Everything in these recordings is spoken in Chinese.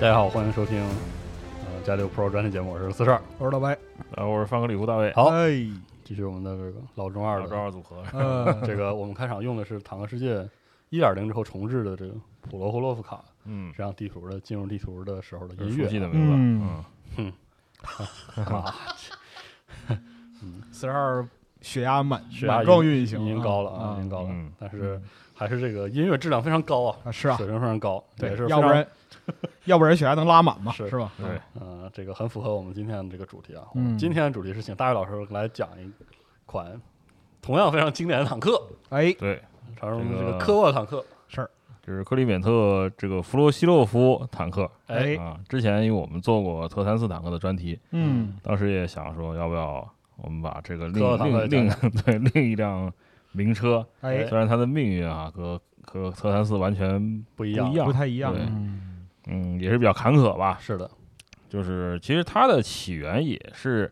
大家好，欢迎收听呃加六 Pro 专题节目，我是四十二。我是老白。然后我是范格里夫大卫，好，哎，继续我们的这个老中二老的二组合， 嗯，这个，我们开场用的是《坦克世界》一点零之后重置的这个普罗霍洛夫卡嗯，这张地图的进入地图的时候的这是音熟悉乐的名字，嗯嗯，啊，四十二血压满血压满已状运啊已行，经高了啊啊，已经高了嗯，但是还是这个音乐质量非常高啊，啊！是啊水，平非常高，对也是，非要不常然 要不然血压能拉满嘛，是是吧？对，呃，这个很符合我们今天的这个主题啊。嗯今天的主题是请大卫老师来讲一款同样非常经典的坦克，哎，对，传说中的这个这个科沃坦克。这是克里缅特这个弗罗西洛夫坦克哎，啊，之前因为我们做过特三四坦克的专题，嗯，当时也想说要不要我们把这个科沃另坦克另另 对另一辆名车，哎，虽然它的命运啊和和特三四完全不一不样一，样不，太一样，对嗯嗯，也是比较坎坷吧，是的，就是其实它的起源也是，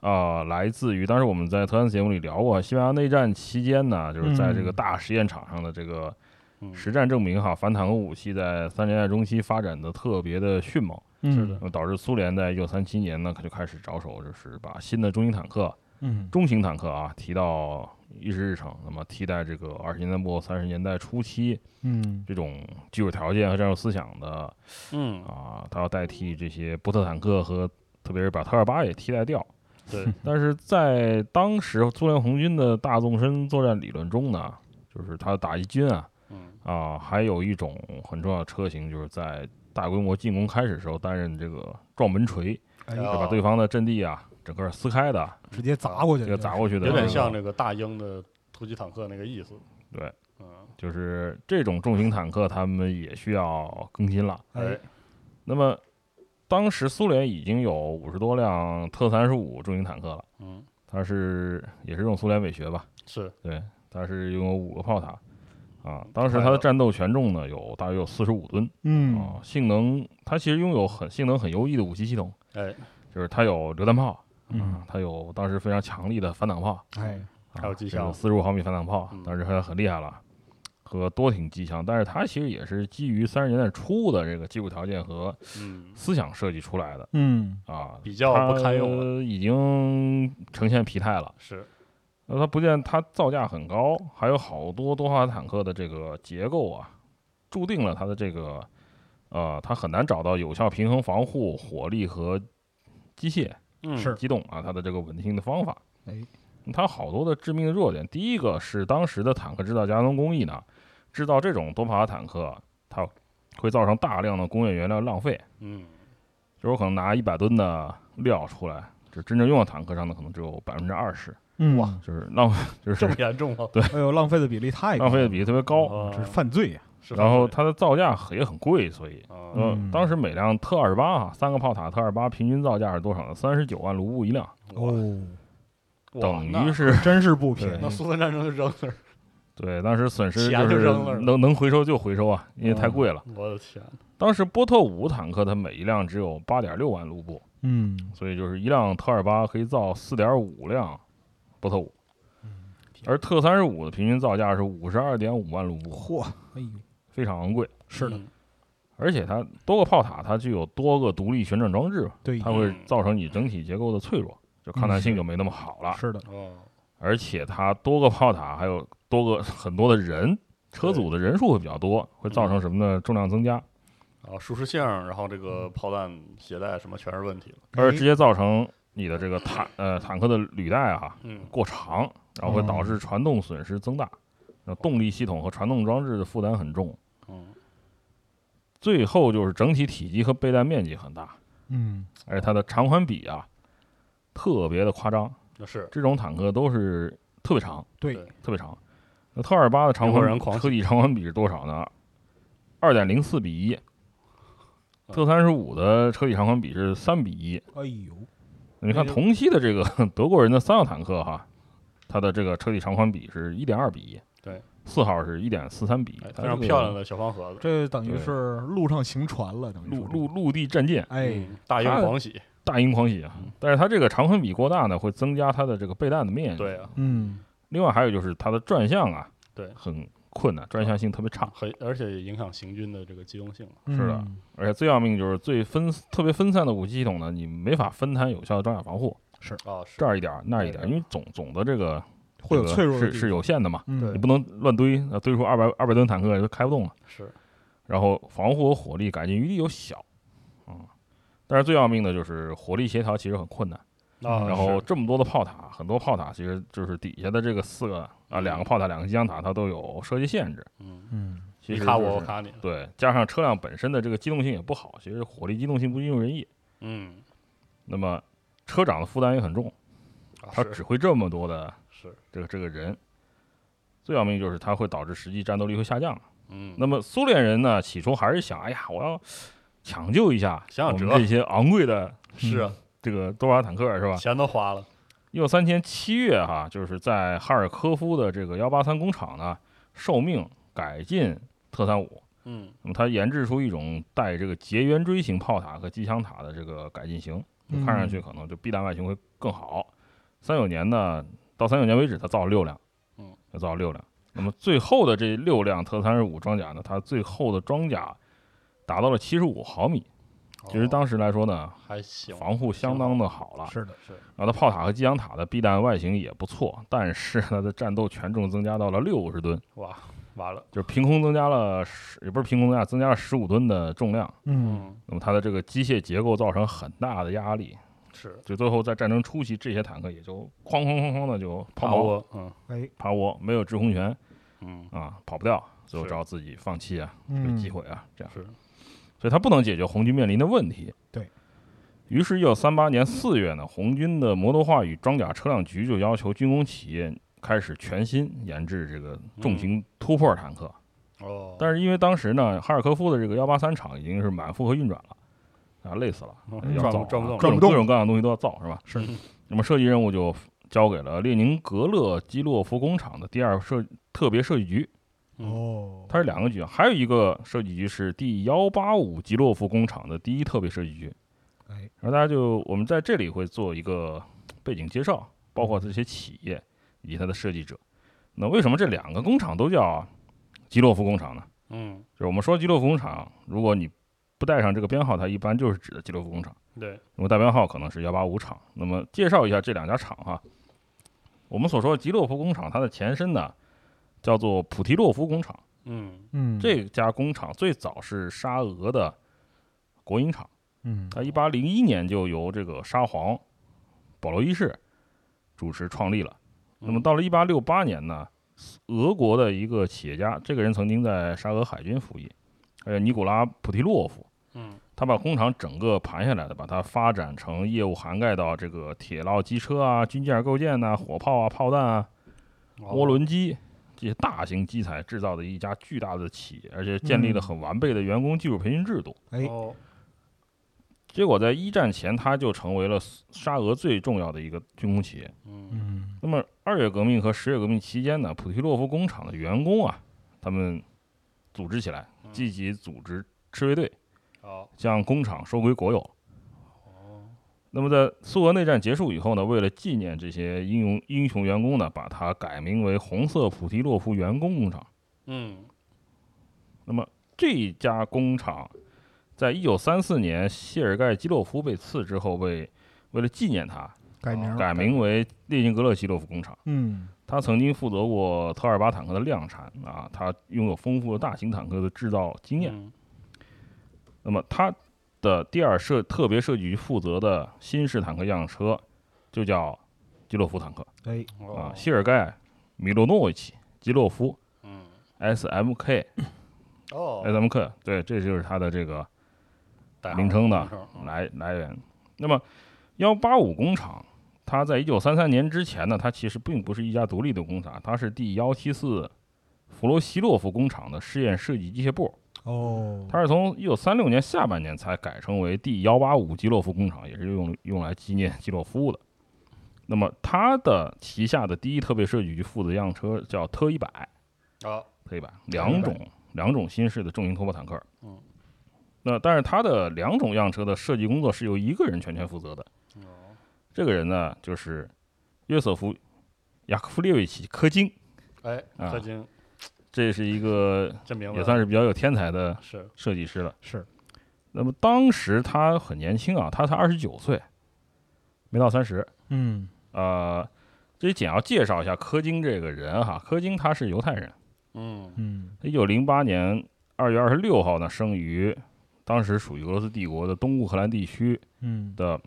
呃，来自于当时我们在特兰斯节目里聊过，西班牙内战期间呢，就是在这个嗯大实验场上的这个嗯，实战证明哈，反坦克武器在三十年代中期发展的特别的迅猛，是的嗯那么导致苏联在一九三七年呢，可就开始着手就是把新的中型坦克、嗯中型坦克啊提到议事日程，那么替代这个二十年代末三十年代初期嗯这种技术条件和战术思想的嗯，啊，它要代替这些波特坦克和特别是把特二八也替代掉。对，但是在当时苏联红军的大纵深作战理论中呢，就是它的打击军啊嗯，啊，还有一种很重要的车型，就是在大规模进攻开始的时候担任这个撞门锤，哎然就后把对方的阵地啊整个撕开的，直接砸过去这个了，砸过去的，有点像那个大英的突击坦克那个意思。对，嗯，就是这种重型坦克，他们也需要更新了。哎哎，，那么当时苏联已经有五十多辆特三十五重型坦克了。嗯，它是也是用苏联美学吧？是，对，它是拥有五个炮塔，啊，当时太它了的战斗权重呢有大约有四十五吨嗯啊，哦性能它其实拥有很性能很优异的武器系统，哎，就是它有榴弹炮，嗯，啊，它有当时非常强力的反坦炮，啊哎，还有机枪四十五毫米反坦炮嗯，当时它很厉害了，和多挺机枪，但是它其实也是基于三十年代初的这个技术条件和嗯，思想设计出来的嗯啊，比较不堪用了，了，已经呈现疲态了。是，那它不但它造价很高，还有好多多发坦克的这个结构啊，注定了它的这个呃，它很难找到有效平衡防护、火力和机械嗯，是机动啊，它的这个稳定性的方法。哎，它好多的致命的弱点，第一个是当时的坦克制造加工工艺呢，制造这种多帕坦克，它会造成大量的工业原料浪费，嗯，就是我可能拿一百吨的料出来，就真正用到坦克上的可能只有百分之二十，嗯哇，就是浪费，就是这么严重吗？ 哎呦，浪费的比例太高浪费的比例特别高。哦这是犯罪呀，是然后犯它的造价也很贵，所以罪，啊，呃，嗯当时每辆特二八啊，三个炮塔特二八平均造价是多少呢？三十九万卢布一辆，哇，哦，哇等于那 是真是不便那宜，苏芬战争就扔那儿，对当时损失钱就就是哦扔那儿了能能回收就回收啊，因为太贵了。我的天，当时波特五坦克它每一辆只有八点六万卢布，嗯，所以就是一辆特二八可以造四点五辆波特五，嗯而特三十五的平均造价是五十二点五万卢布，嚯，哎呦，非常昂贵。是的，嗯，而且它多个炮塔，它具有多个独立旋转装置嘛，对，它会造成你整体结构的脆弱，就抗弹性就没那么好了。是的，哦，而且它多个炮塔还有多个很多的人，车组的人数会比较多，会造成什么呢？重量增加，然后舒适啊性，然后这个炮弹携带什么全是问题了，而直接接造成你的这个坦呃坦克的履带啊嗯，过长，然后会导致传动损失增大，那动力系统和传动装置的负担很重。嗯，最后就是整体体积和备弹面积很大，嗯而且它的长宽比啊特别的夸张，那是，这种坦克都是特别长，对对特别长。那特二八的长一会宽儿人狂喜车体长宽比是多少呢？二点零四比一。嗯特三十五的车体长宽比是三比一。哎呦，你那看就同期的这个 德国人的三号坦克哈，它的这个车体长宽比是一点二比一。对，四号是一点四三比一哎，非它这常个漂亮的小方盒子，嗯这等于对是路上行船了，等于陆说陆陆地战舰，哎，嗯，大英狂喜，大英狂喜啊！嗯但是它这个长宽比过大呢，会嗯增加它的这个备弹的面积。对啊，嗯另外还有就是它的转向啊，对很困难，专项性特别差。很而且也影响行军的这个机动性嘛。嗯是的，而且最要命就是最分特别分散的武器系统呢，你没法分摊有效的装甲防护，啊，是这儿一点儿那儿一点儿，因为总总的这个会有这个脆弱的是地是方有限的嘛，嗯对你不能乱堆，呃堆出二百二百吨坦克就开不动了。是，然后防护和火力改进余地又小，嗯，但是最要命的就是火力协调其实很困难。啊，嗯然后是这么多的炮塔，很多炮塔其实就是底下的这个四个啊，两个炮塔，两个机枪塔，它都有设计限制。嗯，嗯，其你实卡就我，我是卡你，对，加上车辆本身的这个机动性也不好，其实火力机动性不尽如人意。嗯，那么车长的负担也很重，啊他指挥这么多的是是，这个这个人，最要命就是它会导致实际战斗力会下降。嗯，那么苏联人呢，起初还是想，哎呀，我要抢救一下想我想们辙这些昂贵的是啊，这个多瓦坦克是吧？钱都花了，一九三七年七月哈、就是在哈尔科夫的这个幺八三工厂呢，受命改进特三五。嗯那么它研制出一种带这个结圆锥型炮塔和机枪塔的这个改进型，就看上去可能就避弹外形会更好。三九年呢，到三九年为止，它造了六辆，嗯，它造了六辆。那么最后的这六辆特三十五装甲呢，它最后的装甲达到了七十五毫米，其实哦当时来说呢，还行，防护相当的好了。是的，是然后它炮塔和机枪塔的避弹外形也不错，但是它的战斗权重增加到了六十吨，哇，完了，就是凭空增加了十，也不是凭空增加，增加了十五吨的重量。嗯，嗯，那么它的这个机械结构造成很大的压力，是就最后在战争初期，这些坦克也就哐哐哐哐的就抛趴锚、窝，嗯哎，趴窝，没有制空权嗯，啊，跑不掉，最后是只好自己放弃啊，被嗯，击毁啊，这样。是，所以它不能解决红军面临的问题。对于是，一九三八年四月呢，红军的摩托化与装甲车辆局就要求军工企业开始全新研制这个重嗯型突破坦克。哦，但是因为当时呢，哈尔科夫的这个幺八三厂已经是满负荷运转了，啊，累死了，嗯要转造啊不转不动转各种不动各种各样的东西都要造，是吧？是嗯那么设计任务就交给了列宁格勒基洛夫工厂的第二设特别设计局。哦，嗯它是两个局，啊还有一个设计局是第幺八五基洛夫工厂的第一特别设计局。哎，然后大家就我们在这里会做一个背景介绍，包括这些企业以及它的设计者。那为什么这两个工厂都叫基洛夫工厂呢？嗯，就是我们说基洛夫工厂，如果你不带上这个编号，它一般就是指的基洛夫工厂。对，那么代编号可能是幺八五厂。那么介绍一下这两家厂哈。我们所说的基洛夫工厂，它的前身呢叫做普提洛夫工厂。嗯，嗯，这家工厂最早是沙俄的国营厂，嗯，它一八零一年就由这个沙皇保罗一世主持创立了。那嗯么到了一八六八年呢，俄国的一个企业家，这个人曾经在沙俄海军服役，呃，尼古拉普提洛夫，嗯，他把工厂整个盘下来的，把它发展成业务涵盖到这个铁道机车啊、军舰构建呐、火炮啊、炮弹啊、哦涡轮机这些大型机材制造的一家巨大的企业，而且建立了嗯很完备的员工技术培训制度。哎哦，结果在一战前，它就成为了沙俄最重要的一个军工企业。嗯，嗯，那么二月革命和十月革命期间呢，普提洛夫工厂的员工啊，他们组织起来，嗯积极组织赤卫队，好，将工厂收归国有。哦，那么在苏俄内战结束以后呢，为了纪念这些英勇英雄员工呢，把它改名为红色普提洛夫员工工厂。嗯，这家工厂在一九三四年谢尔盖基洛夫被刺之后，为为了纪念他，改名儿，哦改名为列宁格勒基洛夫工厂。嗯，他曾经负责过特二八坦克的量产啊，他拥有丰富的大型坦克的制造经验。嗯那么他的第二设特别设计局负责的新式坦克样车就叫基洛夫坦克哎，啊哦，，谢尔盖·米洛诺维奇·基洛夫嗯， （S.M.K. 哦， S.M.K.） 对，这就是他的这个代号名称的嗯来来源。那么幺八五工厂，它在一九三三年之前呢，它其实并不是一家独立的工厂，它是第幺七四弗罗西洛夫工厂的试验设计机械部，哦，它是从一九三六年下半年才改称为第幺八五基洛夫工厂，也是用用来纪念基洛夫的。那么它的旗下的第一特备设计局负责样车叫特一百，啊，特一百两种两种新式的重型拖破坦克。嗯，那但是它的两种样车的设计工作是由一个人全权负责的。哦，这个人呢，就是约瑟夫·雅科夫列维奇·科金。哎，啊氪金，这是一个这明白也算是比较有天才的是设计师了。是，那么当时他很年轻啊，他才二十九岁，没到三十。嗯呃，这里简要介绍一下柯金这个人哈。柯金他是犹太人，嗯嗯一九零八年二月二十六号呢，生于当时属于俄罗斯帝国的东乌克兰地区嗯的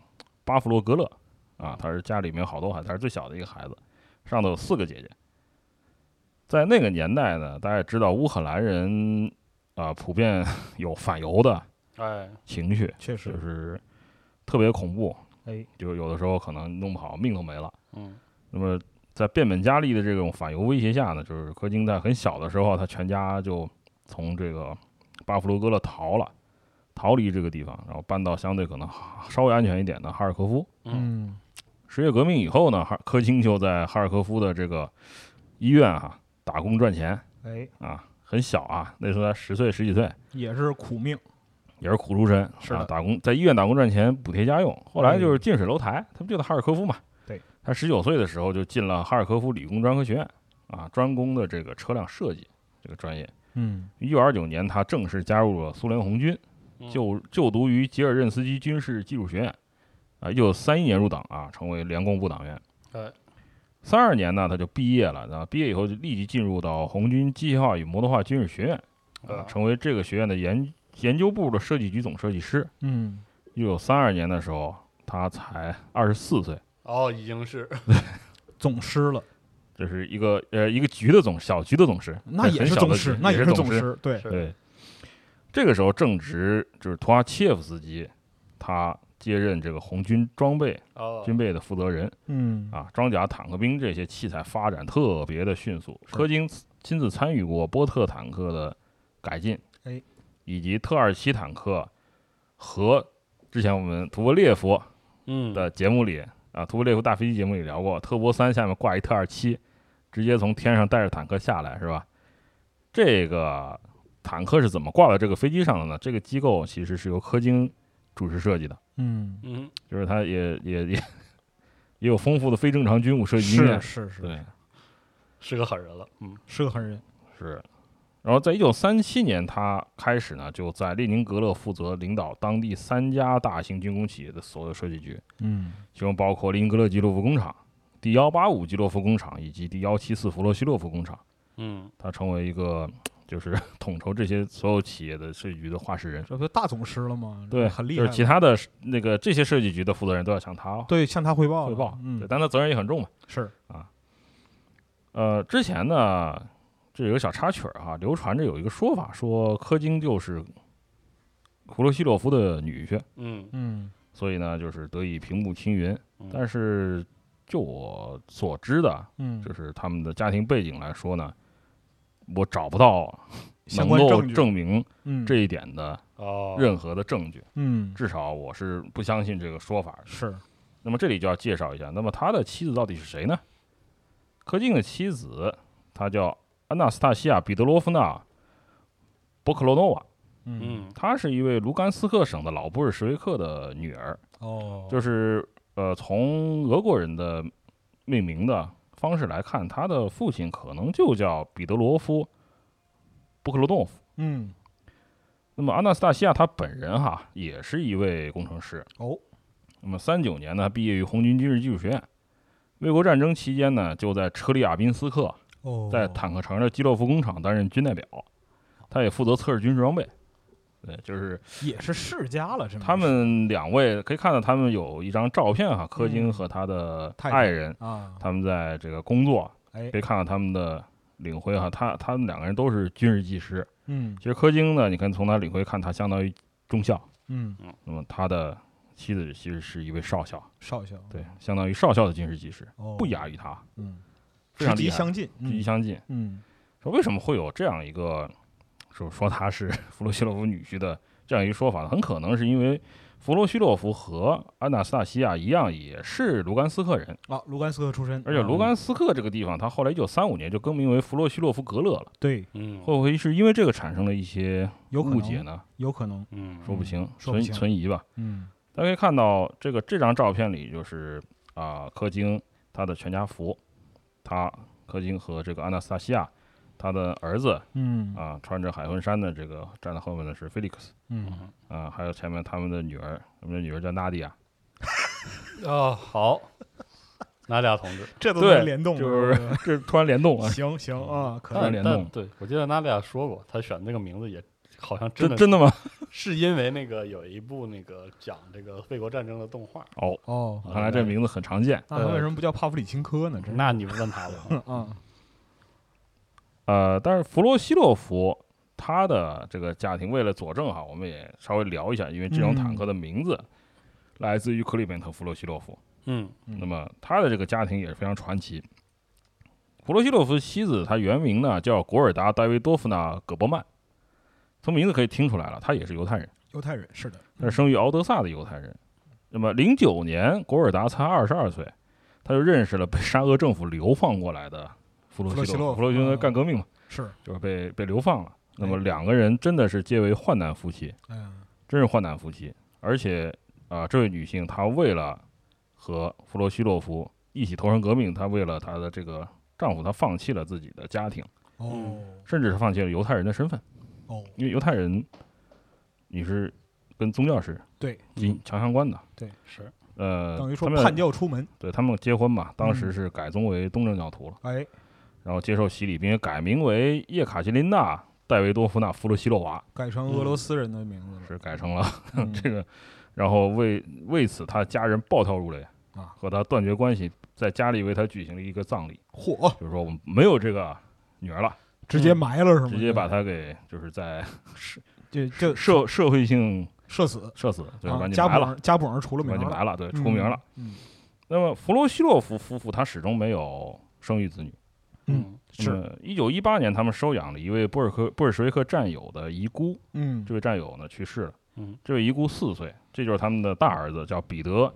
巴甫洛格勒啊，他是家里面有好多孩子，他是最小的一个孩子，上头有四个姐姐。在那个年代呢，大家也知道乌克兰人啊、普遍 有反犹的哎情绪，确就实，是特别恐怖，哎，就有的时候可能弄不好命都没了。嗯那么在变本加厉的这种反犹威胁下呢，就是柯金在很小的时候，他全家就从这个巴甫洛哥勒逃了，逃离这个地方，然后搬到相对可能稍微安全一点的哈尔科夫。嗯嗯十月革命以后呢，哈柯金就在哈尔科夫的这个医院哈、打工赚钱哎，啊，很小啊，那时候才十岁十几岁，也是苦命，也是苦出身，是啊的嗯打工在医院打工赚钱补贴家用。后来就是近水楼台，他不就在哈尔科夫嘛？对，他十九岁的时候就进了哈尔科夫理工专科学院啊，专攻的这个车辆设计这个专业。嗯一九二九年，他正式加入了苏联红军，嗯就就读于吉尔任斯基军事技术学院啊。一九三一年入党啊，成为联共部党员。哎三二年呢，他就毕业了，然后毕业以后就立即进入到红军机械化与摩托化军事学院，啊啊成为这个学院的研研究部的设计局总设计师。嗯，一九三二年的时候，他才二十四岁，哦已经是总师了，这是一个呃一个局的总小局的总师，那也很是小的总局师，那也也是总师。师，对，是对，这个时候正值就是图阿切夫斯基，他接任这个红军装备啊哦军备的负责人嗯啊，装甲、坦克兵这些器材发展特别的迅速。是柯金亲自参与过波特坦克的改进，哎，以及特二七坦克和之前我们图波列夫嗯的节目里啊，图波列夫大飞机节目里聊过，特波三下面挂一特二七，直接从天上带着坦克下来，是吧？这个坦克是怎么挂到这个飞机上的呢？这个机构其实是由柯京主持设计的，嗯，嗯就是他也也 也也有丰富的非正常军务设计经是验，是是，对，是个狠人了嗯是个狠人，是。然后在一九三七年，他开始呢就在列宁格勒负责领导当地三家大型军工企业的所有设计局，嗯其中包括林格勒基洛夫工厂、第幺八五基洛夫工厂以及第幺七四弗罗西洛夫工厂。嗯他成为一个就是统筹这些所有企业的设计局的话事人，这不就大总师了吗？对，很厉就害是了，其他的那个这些设计局的负责人都要向他哦对，向他汇报汇了报，对嗯，但他责任也很重嘛。是，呃，之前呢，这有个小插曲儿哈，流传着有一个说法，说柯金就是胡罗西洛夫的女婿，嗯嗯所以呢，就是得以平步青云。嗯但是就我所知的，嗯，就是他们的家庭背景来说呢，我找不到相能关够证据，证明嗯，这一点的哦任何的证据，嗯至少我是不相信这个说法的。是，那么这里就要介绍一下，那么他的妻子到底是谁呢？柯敬的妻子，她叫安娜斯塔西亚·彼得罗夫娜·博克罗诺娃，嗯嗯她是一位卢甘斯克省的老布尔什维克的女儿，哦，就是呃，从俄国人的命名的方式来看，她的父亲可能就叫彼得罗夫·布克罗诺夫。嗯那么安娜斯塔西亚她本人哈，也是一位工程师，哦，那么三九年呢，毕业于红军军事技术学院。卫国战争期间呢，就在车里亚宾斯克，哦，在坦克城的基洛夫工厂担任军代表，他也负责测试军事装备。对，就是也是世家了，这么他一们两位可以看到，他们有一张照片哈，柯金嗯和他的太太爱人，说啊，他们在这个工作，哎可，以看到他们的领徽哈，他他们两个人都是军事技师。嗯其实柯金呢，你看从他领徽看，他相当于中校，嗯，那么他的妻子其实是一位少校，少校，对，相当于少校的军事技师。哦，不亚于他，嗯，非常直厉级害，相近，直击嗯相近。嗯说为什么会有这样一个说说他是 弗罗西洛夫女婿的这样一个说法呢？很可能是因为弗罗西洛夫和安纳斯塔西亚一样，也是卢甘斯克人，啊，卢甘斯克出身，而且嗯卢甘斯克这个地方，他后来一九三五年就更名为弗罗西洛夫格勒了。对，嗯会不会是因为这个产生了一些有可误解能，呢？有可能，嗯说不清，说不存清存疑吧。嗯大家可以看到，这个这张照片里就是啊，柯京他的全家福，他柯京和这个安娜斯塔西亚他的儿子嗯啊，穿着海魂衫的这个站在后面的是菲利克斯嗯，嗯啊，还有前面他们的女儿，他们的女儿叫娜迪亚，哦，好，哪俩同志？这都对能联动了，就是这突然联动啊，行行啊，可当以但然联动但对，我记得娜莉亚说过，她选这个名字也好像真 真的真的吗？是因为那个有一部那个讲这个卫国战争的动画。哦，哦。啊看来这名字很常见。那他为什么不叫帕夫里钦科呢？真是那你问他吧。 啊，呃，但是弗罗西洛夫他的这个家庭，为了佐证哈，我们也稍微聊一下，因为这种坦克的名字来自于克里本特·弗罗西洛夫。嗯嗯那么他的这个家庭也是非常传奇。弗罗西洛夫妻子，她原名呢叫古尔达·戴维多夫娜·葛伯曼，从名字可以听出来了，她也是犹太人，犹太人是的，她是生于敖德萨的犹太人。那么，零九年，古尔达才二十二岁，她就认识了被沙俄政府流放过来的弗罗弗罗西西洛洛夫。弗罗西洛夫干革命嘛，是，就是被被流放了。那么哎两个人真的是结为患难夫妻，嗯，真是患难夫妻。而且啊、这位女性她为了和弗罗西洛夫一起投身革命，她为了她的这个丈夫，她放弃了自己的家庭，哦甚至是放弃了犹太人的身份，哦，因为犹太人你是跟宗教是对，紧强相关的。对，是。呃，嗯等于他说们叛教出门，对他们结婚嘛，当时嗯是改宗为东正教徒了，哎，然后接受洗礼，并且改名为叶卡捷琳娜·戴维多夫娜·弗罗西洛娃，改成俄罗斯人的名字了，是改成了。嗯这个，然后为为此他家人暴跳如雷啊，和他断绝关系，在家里为他举行了一个葬礼，嚯，就是说我们没有这个女儿了，直接埋了是吗？嗯直接把她给就是在就就社社会性社死，社死，就是把啊你家埋谱了，上家谱上除了把名你儿了，埋了，对，嗯出名了。，嗯，那么弗罗西洛夫夫妇他始终没有生育子女。嗯，是，一九一八年，他们收养了一位布尔克布尔什维克战友的遗孤，嗯，这位战友呢去世了，嗯，这位遗孤四岁，这就是他们的大儿子，叫彼得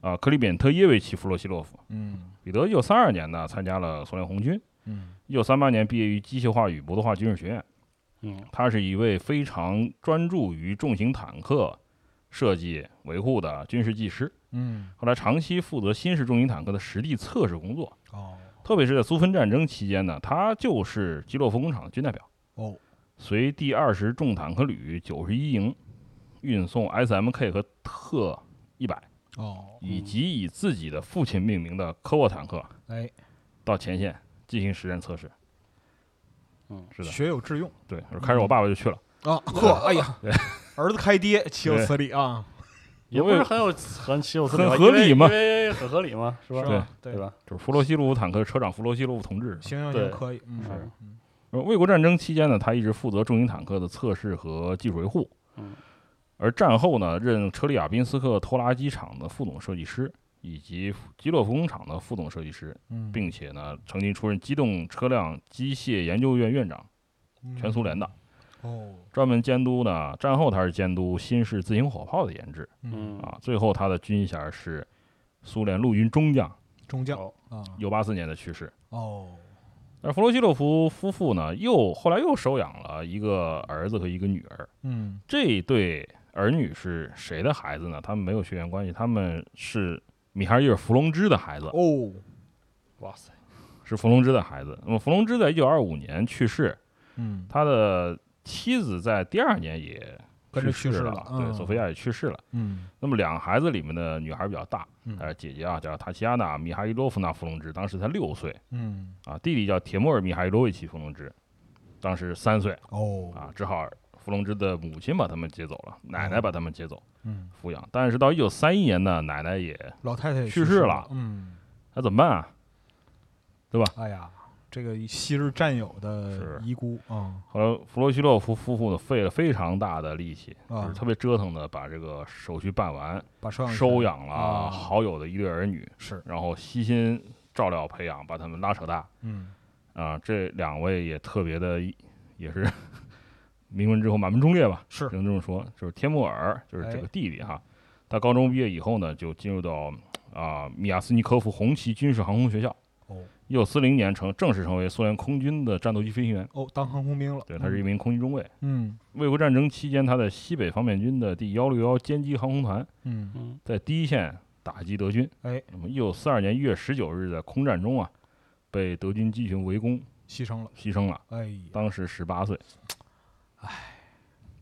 啊、克里扁特耶维奇·弗洛西洛夫。嗯彼得一九三二年呢参加了苏联红军，嗯一九三八年毕业于机械化与搏斗化军事学院。嗯他是一位非常专注于重型坦克设计维护的军事技师，嗯，后来长期负责新式重型坦克的实地测试工作，哦特别是在苏芬战争期间呢，他就是基洛夫工厂的军代表，哦，随第二十重坦克旅九十一营运送 SMK 和特一百，哦，以及以自己的父亲命名的科沃坦克哎，到前线进行实战测试。嗯，是的，学有致用对，我开着我爸爸就去了，啊，呵，哎呀 对，儿子开爹，岂有此理啊！也不是很有很岂有此理吧，很合理嘛因为因为很合理嘛，是吧？是 对吧？对对吧？就是弗罗西洛夫坦克车长弗罗西洛夫同志。行行对行，可以，嗯，是嗯呃卫国战争期间呢，他一直负责重型坦克的测试和技术维护。嗯，而战后呢，任车里亚宾斯克拖拉机厂的副总设计师，以及基洛夫工厂的副总设计师，嗯，并且呢，曾经出任机动车辆机械研究院院长，嗯全苏联的，哦，专门监督呢。战后他是监督新式自行火炮的研制嗯，嗯啊。最后他的军衔是苏联陆军中将，中将好啊，一九八四年的去世。哦，而弗罗西洛夫夫妇呢，又后来又收养了一个儿子和一个女儿。嗯这对儿女是谁的孩子呢？他们没有血缘关系，他们是米哈伊尔·弗隆兹的孩子，哦，哇塞，是弗隆兹的孩子。那么弗隆兹在1925年去世，嗯，他的妻子在第二年也跟着去去世世了，了对，嗯索菲亚也去世了。嗯那么两个孩子里面的女孩比较大，嗯呃，姐姐啊叫塔奇亚娜·米哈伊洛夫娜·弗隆兹，当时才六岁嗯，啊，弟弟叫铁木尔·米哈伊洛维奇·弗隆兹，当时三岁。哦，啊，只好弗隆兹的母亲把他们接走了，奶奶把他们接走嗯，抚养。但是到一九三一年呢，奶奶也老太太也去世世了嗯，那怎么办啊？哎呀，这个昔日战友是的遗孤啊，后来弗罗西洛夫夫妇呢费了非常大的力气，啊就是特别折腾的把这个手续办完，把收养收养了啊好友的一对儿女，是，然后悉心照料培养，把他们拉扯大。嗯啊，这两位也特别的，也是名门之后满门忠烈吧，是只能这么说。就是天木尔，就是这哎个弟弟哈，他高中毕业以后呢，就进入到啊、米亚斯尼科夫红旗军事航空学校。哦一九四零年成正式成为苏联空军的战斗机飞行员，哦，当航空兵了，对他是一名空军中尉。嗯卫国战争期间，他在西北方面军的第幺六幺歼击航空团嗯嗯在第一线打击德军。哎，那么一九四二年一月十九日，在空战中啊，被德军机群围攻，牺牲了。牺牲了，哎呀，当时十八岁，唉，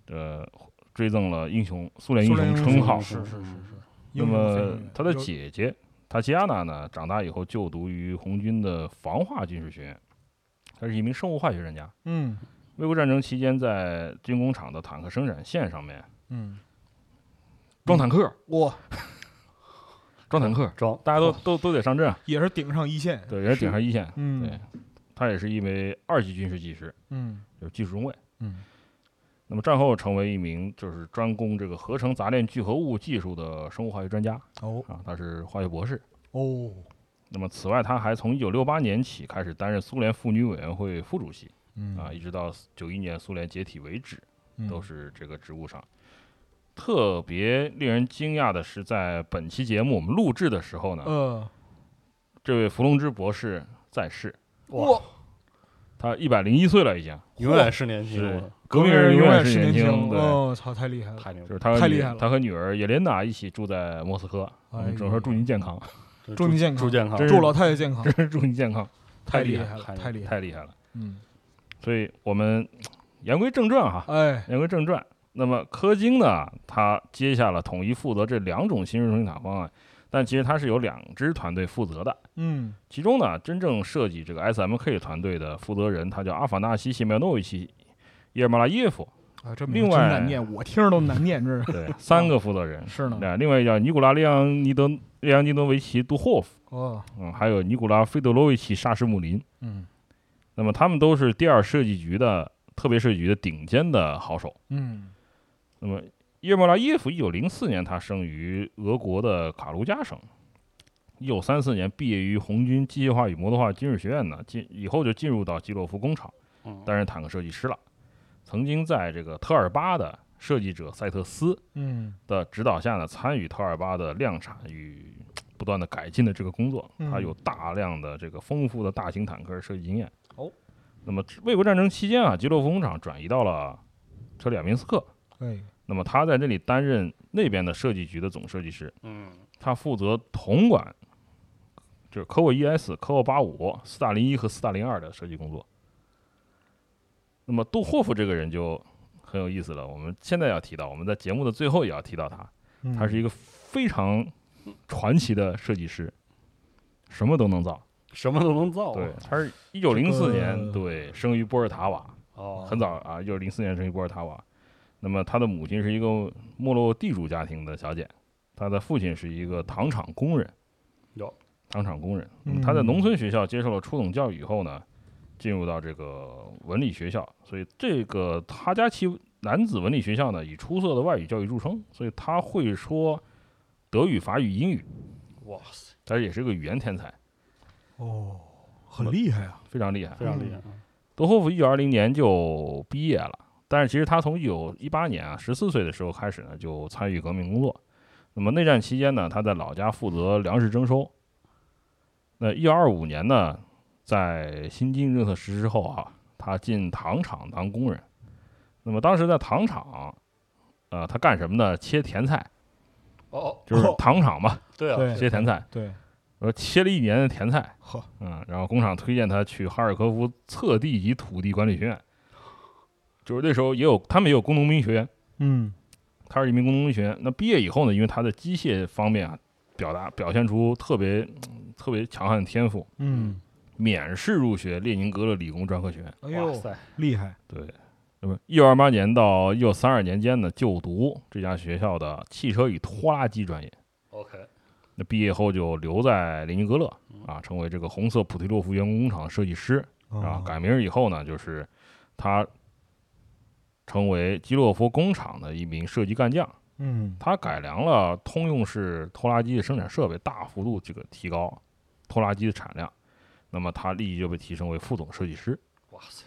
呃，追赠了英雄苏联英苏联雄英雄称号。是是是是。那英勇飞么跃他的有姐姐塔奇亚娜呢，长大以后就读于红军的防化军事学院，她是一名生物化学专家。嗯卫国战争期间，在军工厂的坦克生产线上面嗯，装坦克，哇，装坦克，装大家都都都得上阵啊，也是顶上一线。对，也是顶上一线。嗯，对，他也是一枚二级军事技师，嗯就是技术中尉。嗯那么战后成为一名就是专攻这个合成杂链聚合物技术的生物化学专家哦啊，他是化学博士。哦，那么此外，他还从1968年起开始担任苏联妇女委员会副主席嗯啊，一直到91年苏联解体为止，嗯都是这个职务上。特别令人惊讶的是，在本期节目我们录制的时候呢，呃这位伏龙芝博士在世，哇，他一百零一岁了，已经。永远是年轻是人，革命人永远是年轻，嗯对，哦，操，太厉害了！太牛就逼是了！他和太女厉害了他和女儿叶莲娜一起住在莫斯科。我哎们呦只能说祝您健康，这祝你健康祝健康真，是祝老太太健康， 真是祝您健康，太厉厉害害太了，厉太厉害！太厉害了。嗯，所以我们言归正传哈，哎，言归正传。那么柯京呢，他接下了统一负责这两种新式重塔方案，但其实他是有两支团队负责的。嗯其中呢，真正设计这个 SMK 团队的负责人，他叫阿法纳西·谢苗诺维奇·叶尔马拉耶夫，啊，这另名字外真难念，我听着都难念，这 是 嗯对，三个负责人。是呢，那另外一个叫尼古拉·列昂尼德·列昂尼德维奇·杜霍夫。哦，嗯，还有尼古拉·费德罗维奇·沙什姆林。嗯那么他们都是第二设计局的特别设计局的顶尖的好手。嗯那么叶莫拉耶夫，一九零四年他生于俄国的卡卢加省，一九三四年毕业于红军机械化与摩托化军事学院呢，进以后就进入到基洛夫工厂嗯担任坦克设计师了。曾经在这个特尔巴的设计者塞特斯嗯的指导下呢，参与特尔巴的量产与不断的改进的这个工作，嗯他有大量的这个丰富的大型坦克设计经验。哦，那么卫国战争期间啊，基洛夫工厂转移到了车里亚明斯克，哎，那么他在这里担任那边的设计局的总设计师，嗯，他负责统管就是科沃 ES、科沃八五、斯大林一和斯大林二的设计工作。那么杜霍夫这个人就很有意思了，我们现在要提到，我们在节目的最后也要提到他。嗯他是一个非常传奇的设计师，什么都能造。什么都能造啊，对，他是一九零这四年个对生于波尔塔瓦，哦，很早啊，一九零四年生于波尔塔瓦。那么他的母亲是一个没落地主家庭的小姐，他的父亲是一个糖厂工人。有糖厂工人，那嗯么他在农村学校接受了初等教育以后呢，进入到这个文理学校，所以这个哈加奇男子文理学校呢，以出色的外语教育著称，所以他会说德语、法语、英语，哇塞，但是也是个语言天才，哦，很厉害啊，非常厉害非。常厉害，啊德霍夫一九二零年就毕业了，但是其实他从一九一八年啊十四岁的时候开始呢，就参与革命工作。那么内战期间呢，他在老家负责粮食征收。那一九二五年呢，在新禁令政策实施后啊，他进糖厂当工人。那么当时在糖厂，呃，他干什么呢？切甜菜，哦，就是哦糖厂嘛，对啊，对切甜菜。对，说切了一年的甜菜，呵，嗯，然后工厂推荐他去哈尔科夫测地及土地管理学院，就是那时候也有他们也有工农兵学院，嗯他是一名工农兵学院。那毕业以后呢，因为他在机械方面啊，表达表现出特别嗯特别强悍的天赋，嗯，免试入学列宁格勒理工专科学院。哇哎呦，塞，厉害，对，那么一九二八年到一九三二年间呢，就读这家学校的汽车与拖拉机专业。 OK，那毕业后就留在列宁格勒啊，成为这个红色普提洛夫员工工厂的设计师。啊啊，，改名以后呢，就是他成为基洛夫工厂的一名设计干将。嗯他改良了通用式拖拉机的生产设备，大幅度这个提高拖拉机的产量。那么他立即就被提升为副总设计师。哇塞，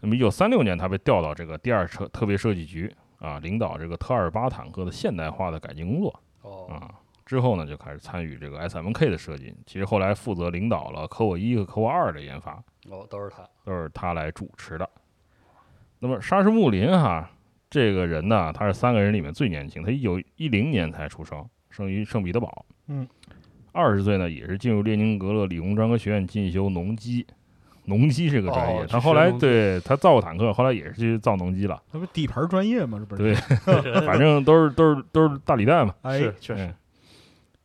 那么，一九三六年，他被调到这个第二车特别设计局啊，领导这个特二八坦克的现代化的改进工作哦，啊。之后呢，就开始参与这个 SMK 的设计。其实后来负责领导了科沃一和科沃二的研发。哦，都是他，都是他来主持的。那么沙什穆林哈这个人呢，他是三个人里面最年轻，他一九一零年才出生，生于圣彼得堡。嗯，二十岁呢也是进入列宁格勒理工专科学院进修农机，农机这个专业，哦他去后学来农机对他造过坦克，后来也是去造农机了，那不底盘专业吗？这不是？对反正都是都是都是嗯大礼蛋嘛。哎，是确实，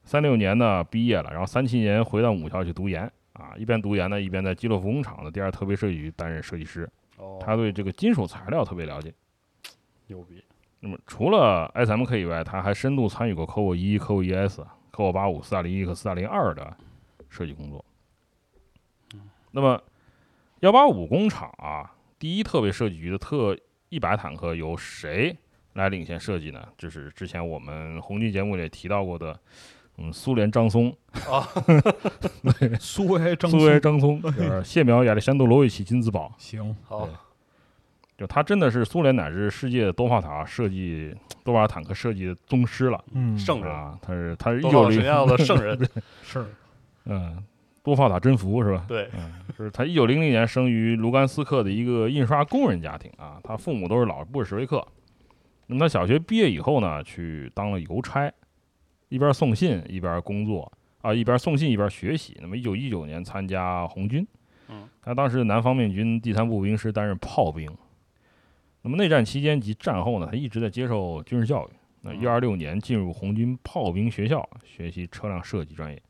三六年呢毕业了，然后三七年回到母校去读研啊，一边读研呢，一边在基洛夫工厂的第二特别设计局担任设计师。哦，他对这个金属材料特别了解。牛逼，那么除了 SMK 以外，他还深度参与过 COBOL 一、COBOL ES、COBOL 八五、四二零一和四二零二的设计工作。那么幺八五工厂啊，第一特别设计局的特一百坦克由谁来领衔设计呢？就是之前我们红军节目里提到过的，嗯，苏联张松，苏维埃张苏维埃苏张 松，就是谢苗、亚历山大罗维奇、金兹堡，行，好对就他真的是苏联乃至世界多帕塔设计多帕塔坦克设计的宗师了。嗯，圣人，啊，他是他是一多九么什么零样的圣 人？是嗯，多发塔真福是吧？对，嗯，就是他一九零零年生于卢甘斯克的一个印刷工人家庭啊，他父母都是老布尔什维克。那么他小学毕业以后呢，去当了邮差，一边送信一边工作啊，一边送信一边学习。那么一九一九年参加红军，嗯，他当时南方面军第三步兵师担任炮兵。那么内战期间及战后呢，他一直在接受军事教育。那一二六年进入红军炮兵学校学习车辆设计专业，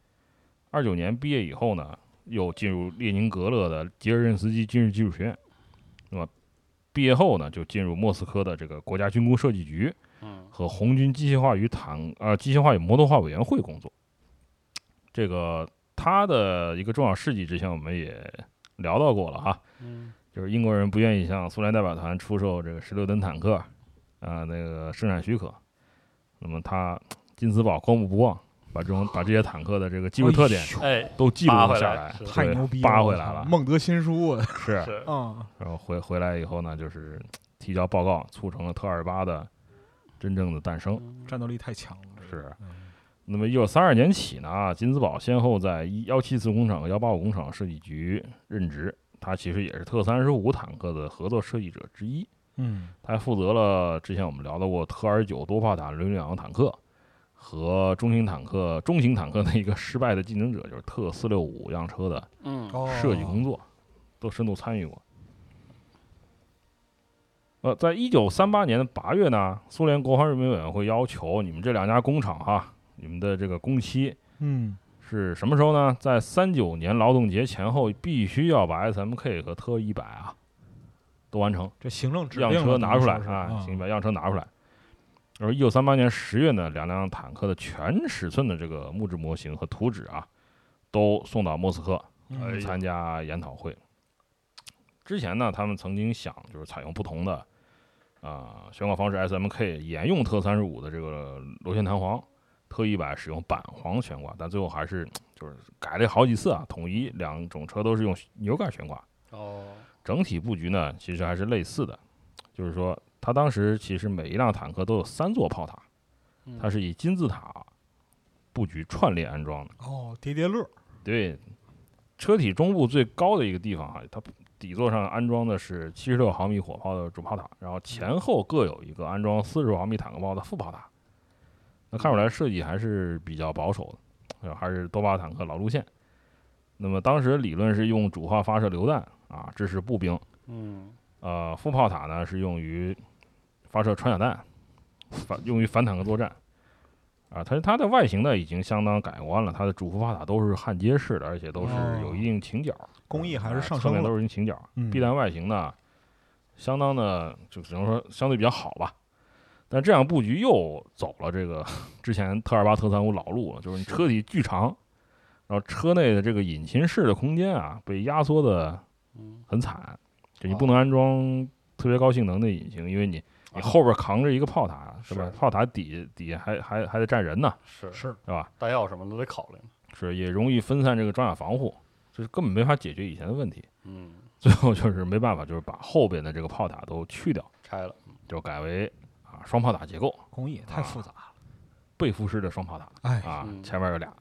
二九年毕业以后呢，又进入列宁格勒的吉尔任斯基军事技术学院。那么毕业后呢，就进入莫斯科的这个国家军工设计局嗯，和红军机械化与坦呃机械化与摩托化委员会工作。这个他的一个重要事迹，之前我们也聊到过了哈、嗯，就是英国人不愿意向苏联代表团出售这个十六吨坦克，啊、那个生产许可。那么他金斯堡过目不忘，把这种把这些坦克的这个技术特点哎呦哎，都记录扒回了下来是对太牛逼了，扒我回来操了，孟德新书啊， 是。是，嗯然后回回来以后呢，就是提交报告，促成了特二八的真正的诞生。战斗力太强了，是啊嗯，那么一九三二年起呢，金兹堡先后在幺七四工厂和幺八五工厂设计局任职，他其实也是特三十五坦克的合作设计者之一。嗯，他还负责了之前我们聊到过特尔九多炮塔轮两坦克和中型坦克、中型坦克的一个失败的竞争者，就是特四六五样车的嗯，哦，设计工作，都深度参与过。呃，在一九三八年的八月呢，苏联国防人民委员会要求你们这两家工厂哈，你们的这个工期嗯，是什么时候呢？在三九年劳动节前后，必须要把 SMK 和特一百啊都完成。这行政指样令车了拿出来等于说是嗯啊，行，把样车拿出来。然后，一九三八年十月呢，两辆坦克的全尺寸的这个木质模型和图纸啊，都送到莫斯科嗯哎呀参加研讨会。之前呢，他们曾经想就是采用不同的啊、悬挂方式，SMK 沿用特三十五的这个螺旋弹簧，特一百使用板簧悬挂，但最后还是就是改了好几次啊，统一两种车都是用牛盖悬挂。哦，整体布局呢，其实还是类似的，就是说，它当时其实每一辆坦克都有三座炮塔，嗯它是以金字塔布局串联安装的。哦，叠叠乐，对，车体中部最高的一个地方啊，它底座上安装的是七十六毫米火炮的主炮塔，然后前后各有一个安装四十毫米坦克炮的副炮塔。那看出来设计还是比较保守的，呃还是多巴坦克老路线。那么当时理论是用主炮发射榴弹啊，支持步兵。嗯，呃，副炮塔呢是用于发射穿甲弹，反用于反坦克作战。啊，它它的外形呢已经相当改观了，它的主副炮塔都是焊接式的，而且都是哦有一定倾角，工艺还啊是上侧升面了，都是一定倾角。嗯避弹外形呢，相当的就只能说相对比较好吧。但这样布局又走了这个之前特二八、特三五老路了，就是你车体巨长，然后车内的这个引擎室的空间啊被压缩的嗯，很惨，就你哦不能安装特别高性能的引擎，因为你你啊后边扛着一个炮塔，是吧是？炮塔底底下还还还得站人呢，是是是吧？弹药什么的都得考量，是也容易分散这个装甲防护，就是根本没法解决以前的问题。 嗯，最后就是没办法，就是把后边的这个炮塔都去掉，拆了，就改为啊双炮塔结构，工艺也太复杂了，背负式的双炮塔。哎，啊，嗯前面有俩。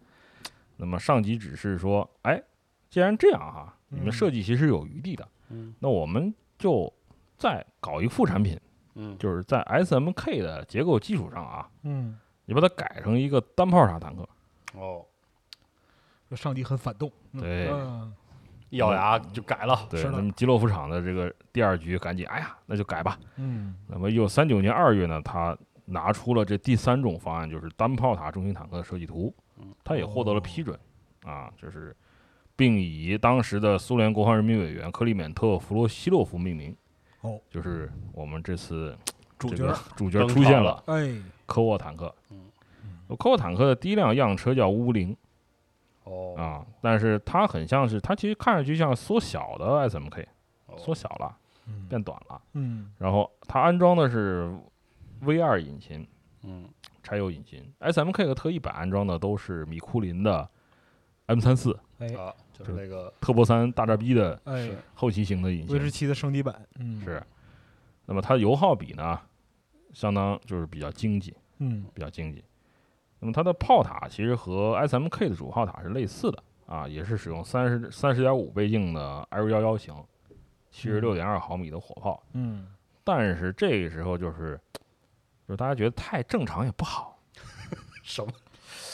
那么上级指示说，哎，既然这样哈、你们嗯设计其实有余地的，嗯那我们就再搞一个副产品，嗯，就是在 SMK 的结构基础上啊，嗯，你把它改成一个单炮塔坦克。哦，这上级很反动，嗯对嗯一咬牙就改了。对，是的那么基洛夫厂的这个第二局，赶紧，哎呀，那就改吧。嗯那么一九三九年二月呢，他拿出了这第三种方案，就是单炮塔重型坦克的设计图嗯，他也获得了哦批准啊，就是并以当时的苏联国防人民委员克里缅特·弗罗西洛夫命名。哦，就是我们这次 主这角个儿，主角登出场现了了，哎，科沃坦克嗯。科沃坦克的第一辆样车叫乌灵哦，啊，但是它很像是，它其实看上去像缩小的 SMK，缩哦小了，哦嗯变短了。嗯然后它安装的是 V 二引擎，嗯柴油引擎。SMK 和特意版安装的都是米库林的 M 三四哎啊，就是那个特波三大炸逼的哎是，后期型的引威士擎忌的升级版，嗯是。那么它的油耗比呢，相当就是比较经济，嗯比较经济。那么它的炮塔其实和 SMK 的主炮塔是类似的啊，也是使用三十三十点五倍镜的 L 幺幺型，七十六点二毫米的火炮。嗯但是这个时候就是，就是大家觉得太正常也不好， 什 么，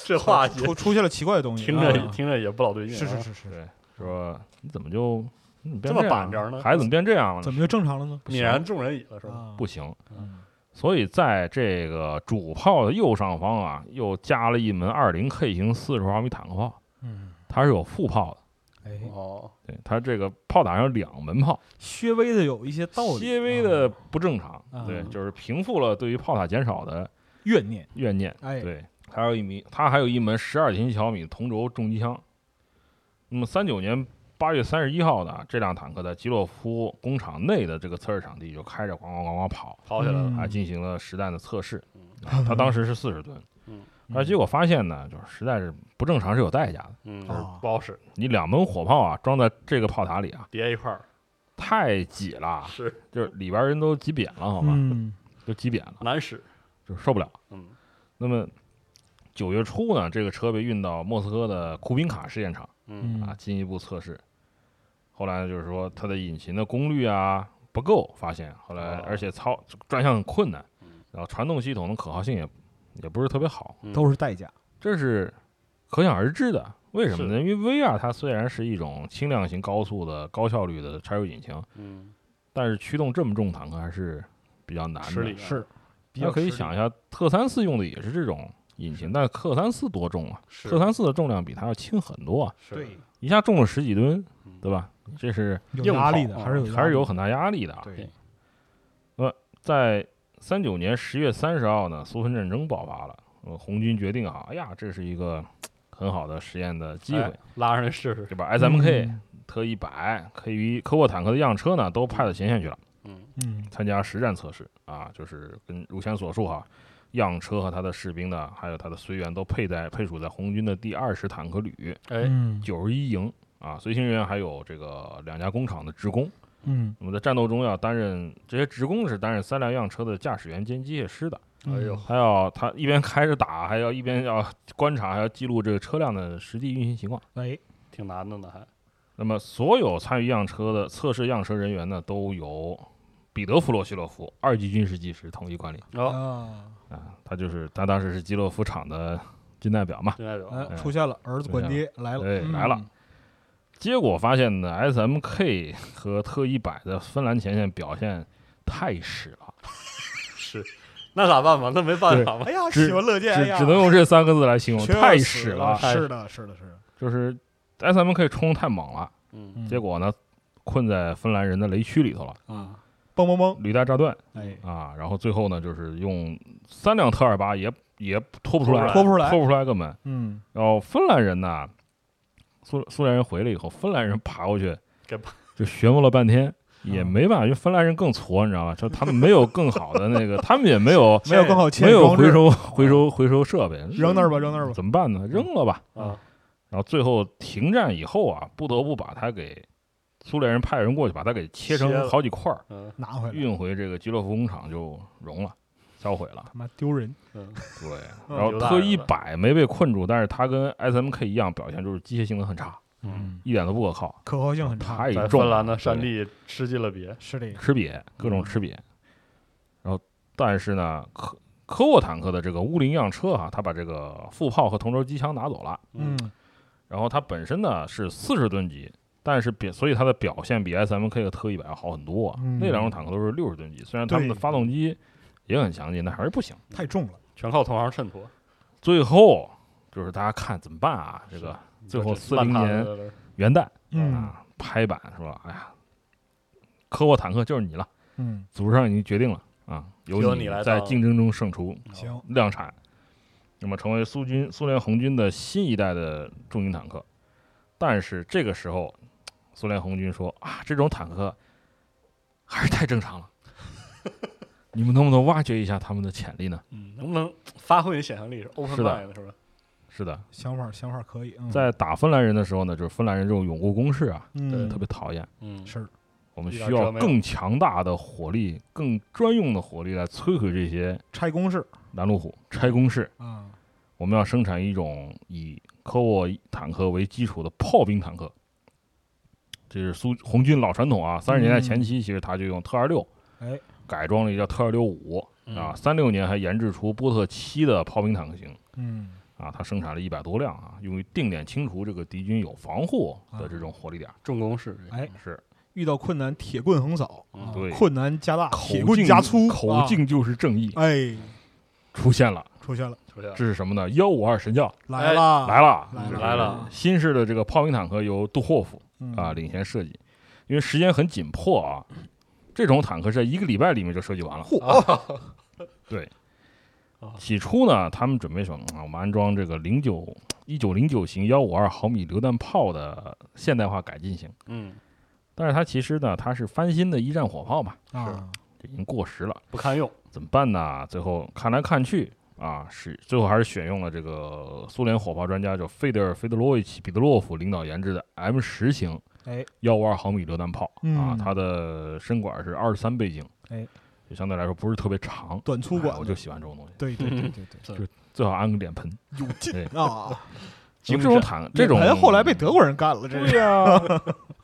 这话也出出现了奇怪的东西，听着啊听着也不老对劲啊。是是是是，对，说你怎么就你怎么变这么样板正呢孩子怎么变这样了呢？怎么就正常了呢？泯然众人矣了，是吧？啊不行，嗯所以在这个主炮的右上方啊，又加了一门二零 K 型四十毫米坦克炮，嗯，它是有副炮的。哎，哦，对，它这个炮塔上有两门炮，略微的有一些道理，些微的不正常。啊对，就是平复了对于炮塔减少的怨念，怨念。哎，对，还有一米，它还有一门十二点七毫米同轴重机枪。那么三九年八月三十一号呢，这辆坦克在基洛夫工厂内的这个测试场地就开着咣咣咣咣跑，跑起来了嗯，还进行了实弹的测试。嗯啊，它当时是四十 吨，而结果果发现呢，就是实在是不正常是有代价的。嗯，哦不好使，你两门火炮啊装在这个炮塔里啊，叠一块儿太挤了，是就是里边人都挤扁了，好吧，嗯都挤扁了，难使，就受不了。嗯那么九月初呢，这个车被运到莫斯科的库宾卡试验场嗯嗯啊，进一步测试。后来呢，就是说它的引擎的功率啊不够，发现后来哦而且操转向很困难嗯，然后传动系统的可靠性也也不是特别好，嗯都是代价，这是可想而知的。为什么呢？因为 V 二它虽然是一种轻量型、高速的、高效率的柴油引擎，嗯但是驱动这么重坦克还是比较难吃的力。啊是比大家较可以吃力想一下，特三四用的也是这种引擎，但是特三四多重啊？是特三四的重量比它要轻很多啊，是对一下重了十几吨嗯，对吧？这是有硬压力跑的，啊还是有还是压有力很大压力的啊。对，在三九年十月三十号呢，苏芬战争爆发了，呃，红军决定啊，哎呀，这是一个很好的实验的机会，哎拉上来试试，对吧？SMK、嗯特一百、K 一科沃坦克的样车呢，都派到前线去了，嗯嗯参加实战测试啊，就是跟如前所述哈、样车和他的士兵呢，还有他的随员都配在配属在红军的第二十坦克旅哎，嗯九十一营啊，随行人员还有这个两家工厂的职工。嗯那么在战斗中要担任这些职工是担任三辆样车的驾驶员兼机械师的，嗯哎呦，还要他一边开着打，还要一边要观察，还要记录这个车辆的实际运行情况。哎挺难的呢，还那么，所有参与样车的测试样车人员呢，都由彼得·弗洛西洛夫二级军事技师统一管理哦，啊啊，他就是他当时是基洛夫厂的军代表嘛。真代表哎哎出现了儿子管爹来了哎嗯来了结果发现呢，SMK 和特一百的芬兰前线表现太屎了，是，那咋办吧？那没办法嘛，哎呀只喜闻乐见只哎呀只能用这三个字来形容，缺太死屎了了，是的是的是的就是哎 SMK 冲太猛了，嗯嗯结果呢，困在芬兰人的雷区里头了，啊嘣嘣嘣履带炸断哎啊，然后最后呢，就是用三辆特二八也也拖不出来，拖不出来拖不出来根本。嗯然后芬兰人呢，苏苏联人回来以后，芬兰人爬过去给爬，就旋磨了半天。也啊没办法，因为芬兰人更矬，你知道吧？就他们没有更好的那个，他们也没有没有更好切没有装置回收回收回收设备，扔那儿吧扔那儿吧怎么办呢？扔了吧。啊，然后最后停战以后啊，不得不把它给苏联人派人过去把它给切切成了好几块儿，嗯拿回来运回这个基洛夫工厂就融了，销毁了。他妈丢人嗯，对，嗯然后有大特人一了百没被困住，但是它跟 SMK 一样，表现就是机械性能很差，嗯，一点都不可靠，可靠性很差太在重芬兰了的山对地吃尽了别，是的吃瘪，各种吃瘪。然后，但是呢，科科沃坦克的这个乌林样车啊，它把这个副炮和同轴机枪拿走了。嗯然后它本身呢是四十吨级，但是比所以它的表现比 SMK 和特一百要好很多、啊。嗯那两种坦克都是六十吨级，虽然他们的对发动机也很强劲，但还是不行。太重了，全靠同行衬托。最后就是大家看怎么办啊？这个最后四40年元旦嗯啊，拍板说，哎呀，科沃坦克就是你了，嗯，组织上已经决定了啊，由你你来在当竞争中胜出，行，量产，那么成为苏军苏联红军的新一代的重型坦克。但是这个时候，苏联红军说啊，这种坦克还是太正常 了，你们能不能挖掘一下他们的潜力呢？嗯，能不能发挥你想象力是 open 是的 mind 是吧？是的，想法想法可以，嗯在打芬兰人的时候呢，就是芬兰人这种拥护攻势啊，嗯特别讨厌。嗯，是我们一需点要辙没有更强大的火力、更专用的火力来摧毁这些拆公式拦路虎、拆工式。啊，我们要生产一种以科沃坦克为基础的炮兵坦克。这是苏红军老传统嗯啊，三十年代前期其实他就用特二六，哎，改装了一个叫特二六五嗯啊，三六年还研制出波特七的炮兵坦克型嗯啊，它生产了一百多辆啊，用于定点清除这个敌军有防护的这种火力点。重攻势，哎，是遇到困难铁棍横扫，嗯啊对困难加大，口铁棍径加粗，口啊，径就是正义哎，出现了，出现了，出现了这是什么呢？幺五二神教来了哎来啊了，来就了是来了新式的这个炮兵坦克由杜霍夫嗯啊领衔设计，因为时间很紧迫啊，这种坦克是在一个礼拜里面就设计完了。嚯，起初呢，他们准备说，嗯、我们安装这个零九一九零九型幺五二毫米榴弹炮的现代化改进型，嗯，但是它其实呢，它是翻新的一战火炮嘛，啊，这已经过时了，不 堪用，怎么办呢？最后看来看去。啊，是最后还是选用了这个苏联火炮专家，就费德尔·费德罗维奇·彼得洛夫领导研制的 M 十型哎，幺五二毫米榴弹炮、啊嗯，它的身管是二十三倍径，哎，就相对来说不是特别长，短粗哎管我就喜欢这种东西，对对对对 对，最好安个脸盆。有劲对啊！精这神种坦这种脸盆后来被德国人干了，这对是呀、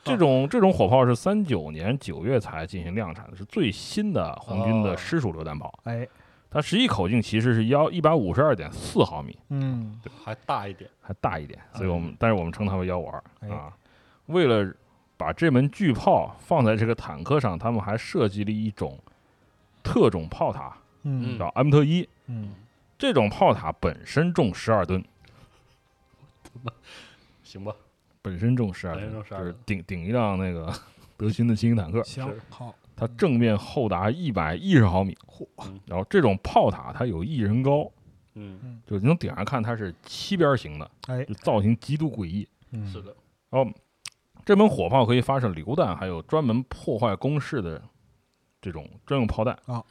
这种这种火炮是三九年九月才进行量产的，是最新的红军的哦师属榴弹炮，哎，它实际口径其实是幺一百五十二点四毫米，嗯，还大一点，还大一点，所以我们、但是我们称它为幺五二哎啊。为了把这门巨炮放在这个坦克上，他们还设计了一种特种炮塔，嗯叫 M 特一。嗯，这种炮塔本身重十二吨，行吧？本身重十二本身吨，重12就是吨顶顶一辆那个 德军的轻型坦克，行是好，它正面厚达一百一十毫米。嚯嗯然后这种炮塔它有一人高，嗯，就你从顶上看它是七边形的，哎就造型极度诡异。嗯是的，哦，这门火炮可以发射榴弹，还有专门破坏工事的这种专用炮弹啊。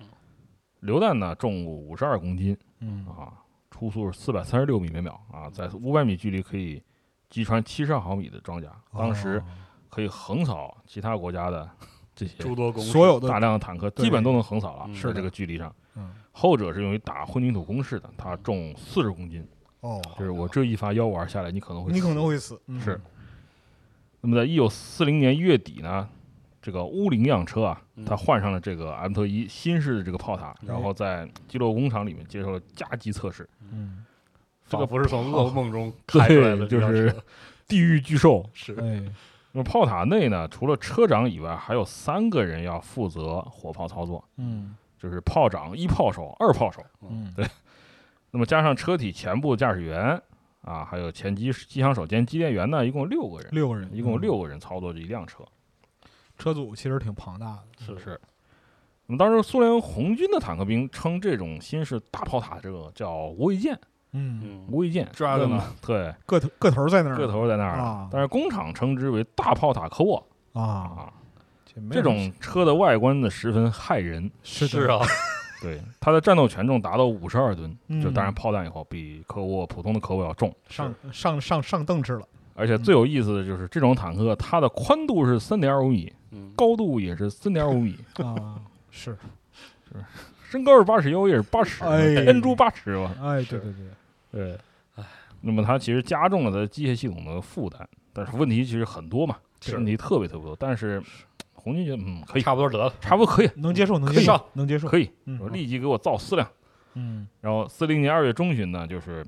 榴弹呢重五十二公斤嗯啊，初速是四百三十六米每秒啊，在五百米距离可以击穿七十二毫米的装甲，当哦时可以横扫其他国家的 这些诸多哦攻势所有大的量的坦克，对基本都能横扫了，嗯在这个距离上。嗯后者是用于打混凝土工事的，它重四十公斤，哦，就是我这一发幺五二下来，你可能会你可死能会死，嗯是那么在一九四零年月底呢，这个乌林样车啊，嗯它换上了这个 M 特一新式的这个炮塔，然后在基洛工厂里面接受了加急测试。嗯，这仿个佛是从炮噩梦中开出来对，的这就辆车，是地狱巨兽。 是哎，那么炮塔内呢，除了车长以外，还有三个人要负责火炮操作，嗯就是炮长、一炮手、二炮手，嗯，对那么加上车体前部驾驶员啊，还有前机机枪手兼机电员呢，一共六个人，六个人，一共嗯六个人操作这一辆车。车组，其实挺庞大的，是是。那么当时苏联红军的坦克兵称这种新式大炮塔，这个叫无畏舰，嗯，嗯，无畏舰。 Dragon 那么啊对，个头个头在那儿，个头在那儿了啊但是工厂称之为大炮塔科沃啊，啊。没这有种车的外观呢十分骇人，是是的，啊，对它的战斗权重达到五十二吨，嗯就当然炮弹以后比科沃普通的科沃要重。上上上上凳吃了，而嗯且最有意思的就是这种坦克，它的宽度是三点五米，嗯，高度也是三点五米， 啊，是，身高是八尺，腰也是八尺，哎天珠八尺吧。哎，是对对对，对，唉，那么它其实加重了它的机械系统的负担，但是问题其实很多嘛，是问题特别特别多。但是红军觉得嗯可以，差不多得了，差不多可以，能接受，能可以接受上，能接受，可以，我嗯立即给我造四辆。嗯，然后四零年二月中旬嗯呢，就是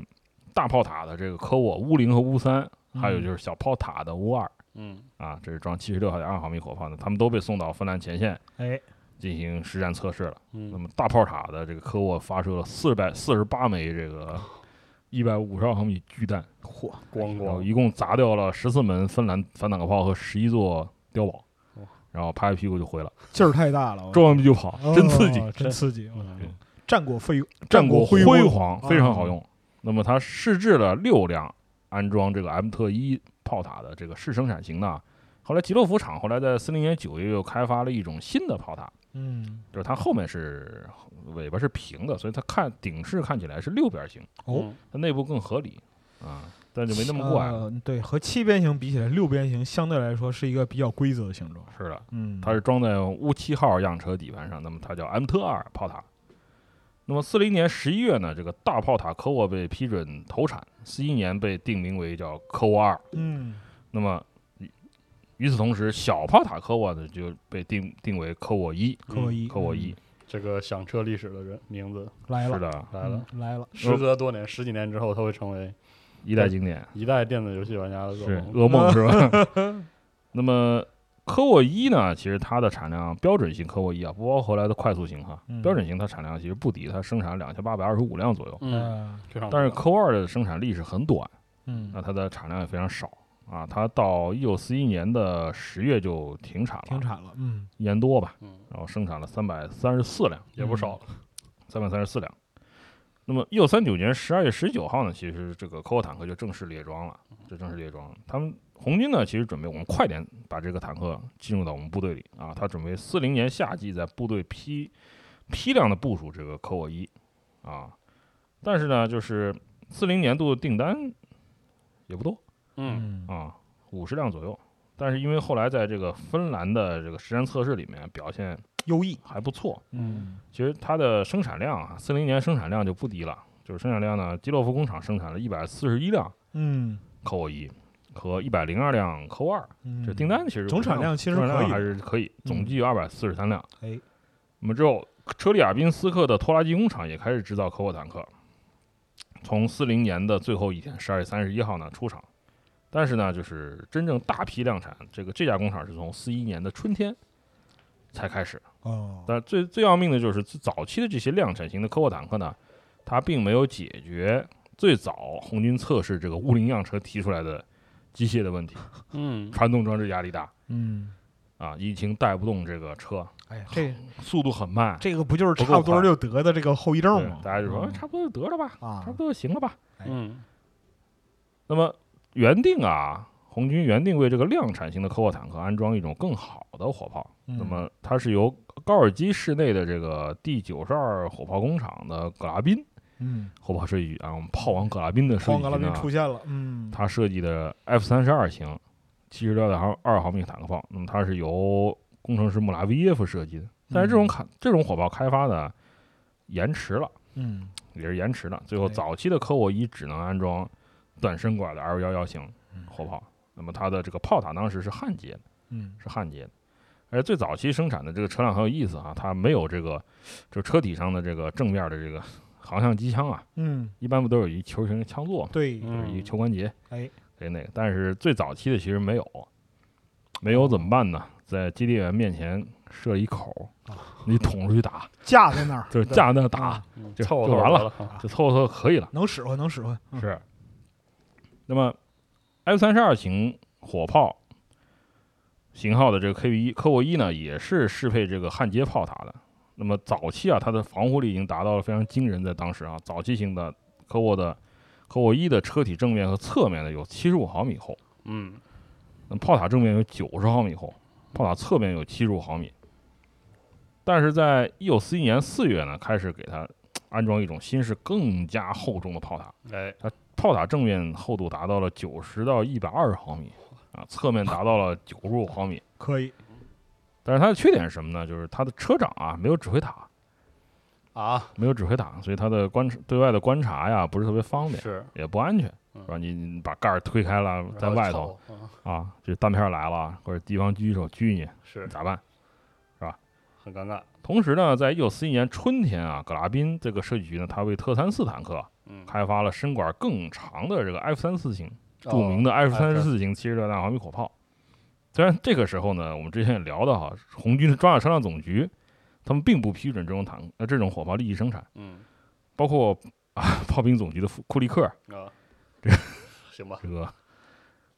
大炮塔的这个科沃乌零和乌三，还有就是小炮塔的乌二，嗯啊，这是装七十六号点二毫米火炮的，他们都被送到芬兰前线哎，进行实战测试了。那嗯么大炮塔的这个科沃发射了四百四十八枚这个一百五十二毫米巨弹，嚯，咣然后咣，一共砸掉了十四门芬兰反坦克炮和十一座碉堡哇，然后拍拍屁股就回了，劲儿太大了，我撞上去就跑，真刺激，哦真刺激！我嗯战果飞战果辉辉煌煌，非常好用。那么它试制了六辆安装这个 M 特一炮塔的这个试生产型的啊。后来吉洛夫厂后来在四零年九月又开发了一种新的炮塔，嗯，就是它后面是尾巴是平的，所以它看顶视看起来是六边形，哦，嗯它内部更合理啊，但就没那么过矮了。呃对，和七边形比起来，六边形相对来说是一个比较规则的形状。是的，嗯，它是装在乌七号样车底盘上，那么它叫 M 特二炮塔。那么四零年十一月呢，这个大炮塔科沃被批准投产，四一年被定名为叫科沃二。嗯，那么与与此同时，小炮塔科沃呢就被定定为科沃一，科沃伊，科沃嗯一嗯这个响彻历史的人名字嗯来是了，的，来了。嗯来了，时隔多年，十几年之后，它会成为一代经典一代电子游戏玩家的噩是梦。噩梦是吧？那么科沃一呢，其实它的产量标准型科沃一啊，不包括后来的快速型哈嗯，标准型它产量其实不低，它生产两千八百二十五辆左右。嗯，嗯非常。但是科沃二的生产力是很短，那嗯，它的产量也非常少啊。它到一九四一年的十月就停产了，停产了，嗯，一年多吧，嗯，然后生产了三百三十四辆，也不少了。三百三十四辆。那么一九三九年十二月十九号呢，其实这个科沃坦克就正式列装了，就正式列装了。他们红军呢，其实准备我们快点把这个坦克进入到我们部队里啊，他准备四零年夏季在部队批批量的部署这个科沃一啊，但是呢，就是四零年度订单也不多，嗯嗯啊，五十辆左右。但是因为后来在这个芬兰的这个实战测试里面表现优异，还不错，嗯其实它的生产量啊，四零年生产量就不低了，就是生产量呢，基洛夫工厂生产了一百四十一辆嗯，扣沃一和一百零二辆扣二，嗯这订单其实总产量其实可以总产量还是可以，总计二百四十三辆。哎，那么之后，车里亚宾斯克的拖拉机工厂也开始制造科沃坦克，从四零年的最后一天，十二月三十一号呢出厂。但是呢，就是真正大批量产，这个这家工厂是从四一年的春天才开始。哦，但最最要命的就是最早期的这些量产型的科沃坦克呢，它并没有解决最早红军测试这个乌林样车提出来的机械的问题，嗯，传动装置压力大嗯，啊，引擎带不动这个车，哎呀，这速度很慢。这个不就是不够差不多快就得的这个后遗症对吗？大家就说、哎嗯差不多就得了吧，差啊不，多就行了吧。嗯，那么原定啊，红军原定为这个量产型的科沃坦克安装一种更好的火炮，那嗯么它是由高尔基市内的这个第九十二火炮工厂的葛拉宾嗯，火炮设计局啊，我们炮王葛拉宾的设计黄局格拉宾出呢，现了，嗯，啊他设计的 F 三十二型七十六点二毫米坦克炮，那么它是由工程师穆拉维耶夫设计的，但是这种卡这种火炮开发呢延迟了，嗯，也是延迟了，最后哎早期的科沃一只能安装短身管的 L 幺幺型火炮，那么它的这个炮塔当时是焊接的，嗯，是焊接的。而最早期生产的这个车辆很有意思啊，它没有这个，就车体上的这个正面的这个航向机枪啊，嗯，一般不都有一球形的枪座嘛，对，就是一嗯个球关节，哎，给那个。但是最早期的其实没有，没有怎么办呢？在接电员面前设一口啊，你捅出去打，架在那儿，就是架在那打，嗯就凑合凑就合完得了啊就凑合凑合可以了。能使唤，能使唤，嗯是。那么 F 三十二型火炮型号的这个 KV 一科沃一呢，也是适配这个焊接炮塔的。那么早期啊，它的防护力已经达到了非常惊人，在当时啊，早期型的科沃的科沃一的车体正面和侧面呢有七十五毫米厚，嗯那炮塔正面有九十毫米厚，炮塔侧面有七十五毫米。但是在一九四一年四月呢，开始给它安装一种新式更加厚重的炮塔，哎，炮塔正面厚度达到了九十到一百二十毫米，啊，侧面达到了九十五毫米。可以，但是它的缺点是什么呢？就是它的车长啊没有指挥塔，啊，没有指挥塔，所以它的观对外的观察呀不是特别方便，是也不安全，嗯是吧？你你把盖儿推开了，在外头，然后凑合啊，这弹片来了或者敌方狙击手狙你嗯是咋办？很尴尬。同时呢，在一九四一年春天啊，葛拉宾这个设计局呢，它为特三四坦克嗯，开发了身管更长的这个 F 三四型，哦著名的 F 三十 F34 四型七十六弹毫米火炮。虽然这个时候呢，我们之前也聊到哈，红军是抓了商量总局，他们并不批准这种坦呃这种火炮立即生产，嗯包括啊炮兵总局的库库利克啊，这行 吧，这个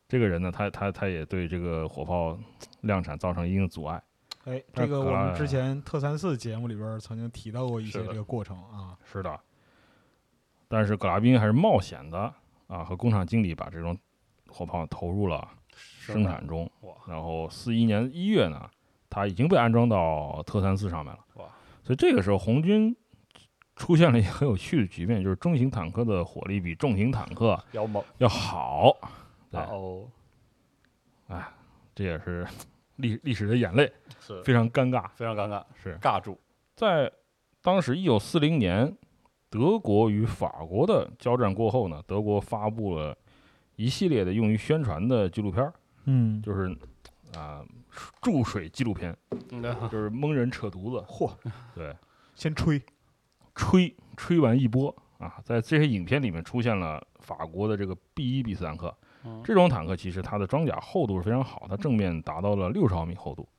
这个人呢，他他他也对这个火炮量产造成一定的阻碍。哎，那这个可我们了之前特三四节目里边儿曾经提到过一是些的这个过程啊，是的，但是葛拉宾还是冒险的啊，和工厂经理把这种火炮投入了生生产中。哇然后四一年一月呢，它已经被安装到特三四上面了。哇！所以这个时候红军出现了一个很有趣的局面，就是中型坦克的火力比重型坦克要猛，要好。对然，后哎，这也是 历历史的眼泪，是非常尴尬。非常尴尬，是尬住，在当时一九四零年，德国与法国的交战过后呢，德国发布了一系列的用于宣传的纪录片儿，嗯，就是啊、注水纪录片，嗯 就是蒙人扯犊子，嚯，对，先吹，吹吹完一波啊，在这些影片里面出现了法国的这个 B 一 B 四坦克，嗯这种坦克其实它的装甲厚度是非常好，它正面达到了六十毫米厚度，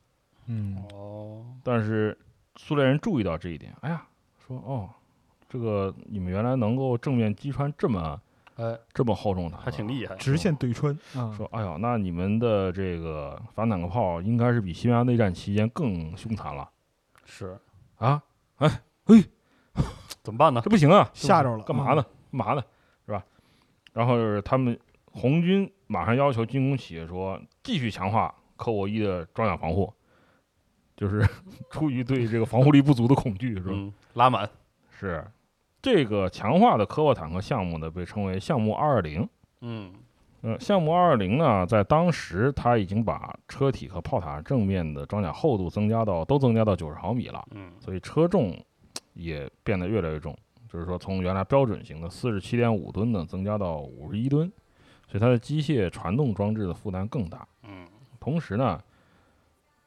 嗯，哦，但是苏联人注意到这一点，哎呀，说哦，这个你们原来能够正面击穿这么哎，这么厚重的，啊还挺厉害，直线对穿啊，说，哎呦，那你们的这个反坦克炮应该是比西班牙内战期间更凶残了是啊！怎么办呢？这不行啊，吓着了，干嘛呢？干嘛呢？是吧？然后就是他们红军马上要求军工企业说，继续强化科沃伊的装甲防护，就是 出于对这个防护力不足的恐惧，是吧？嗯，拉满，是这个强化的科沃坦克项目呢，被称为项目二二零。嗯，呃，项目二二零呢，在当时它已经把车体和炮塔正面的装甲厚度增加到都增加到九十毫米了，嗯，所以车重也变得越来越重，就是说从原来标准型的四十七点五吨呢，增加到五十一吨，所以它的机械传动装置的负担更大。嗯，同时呢，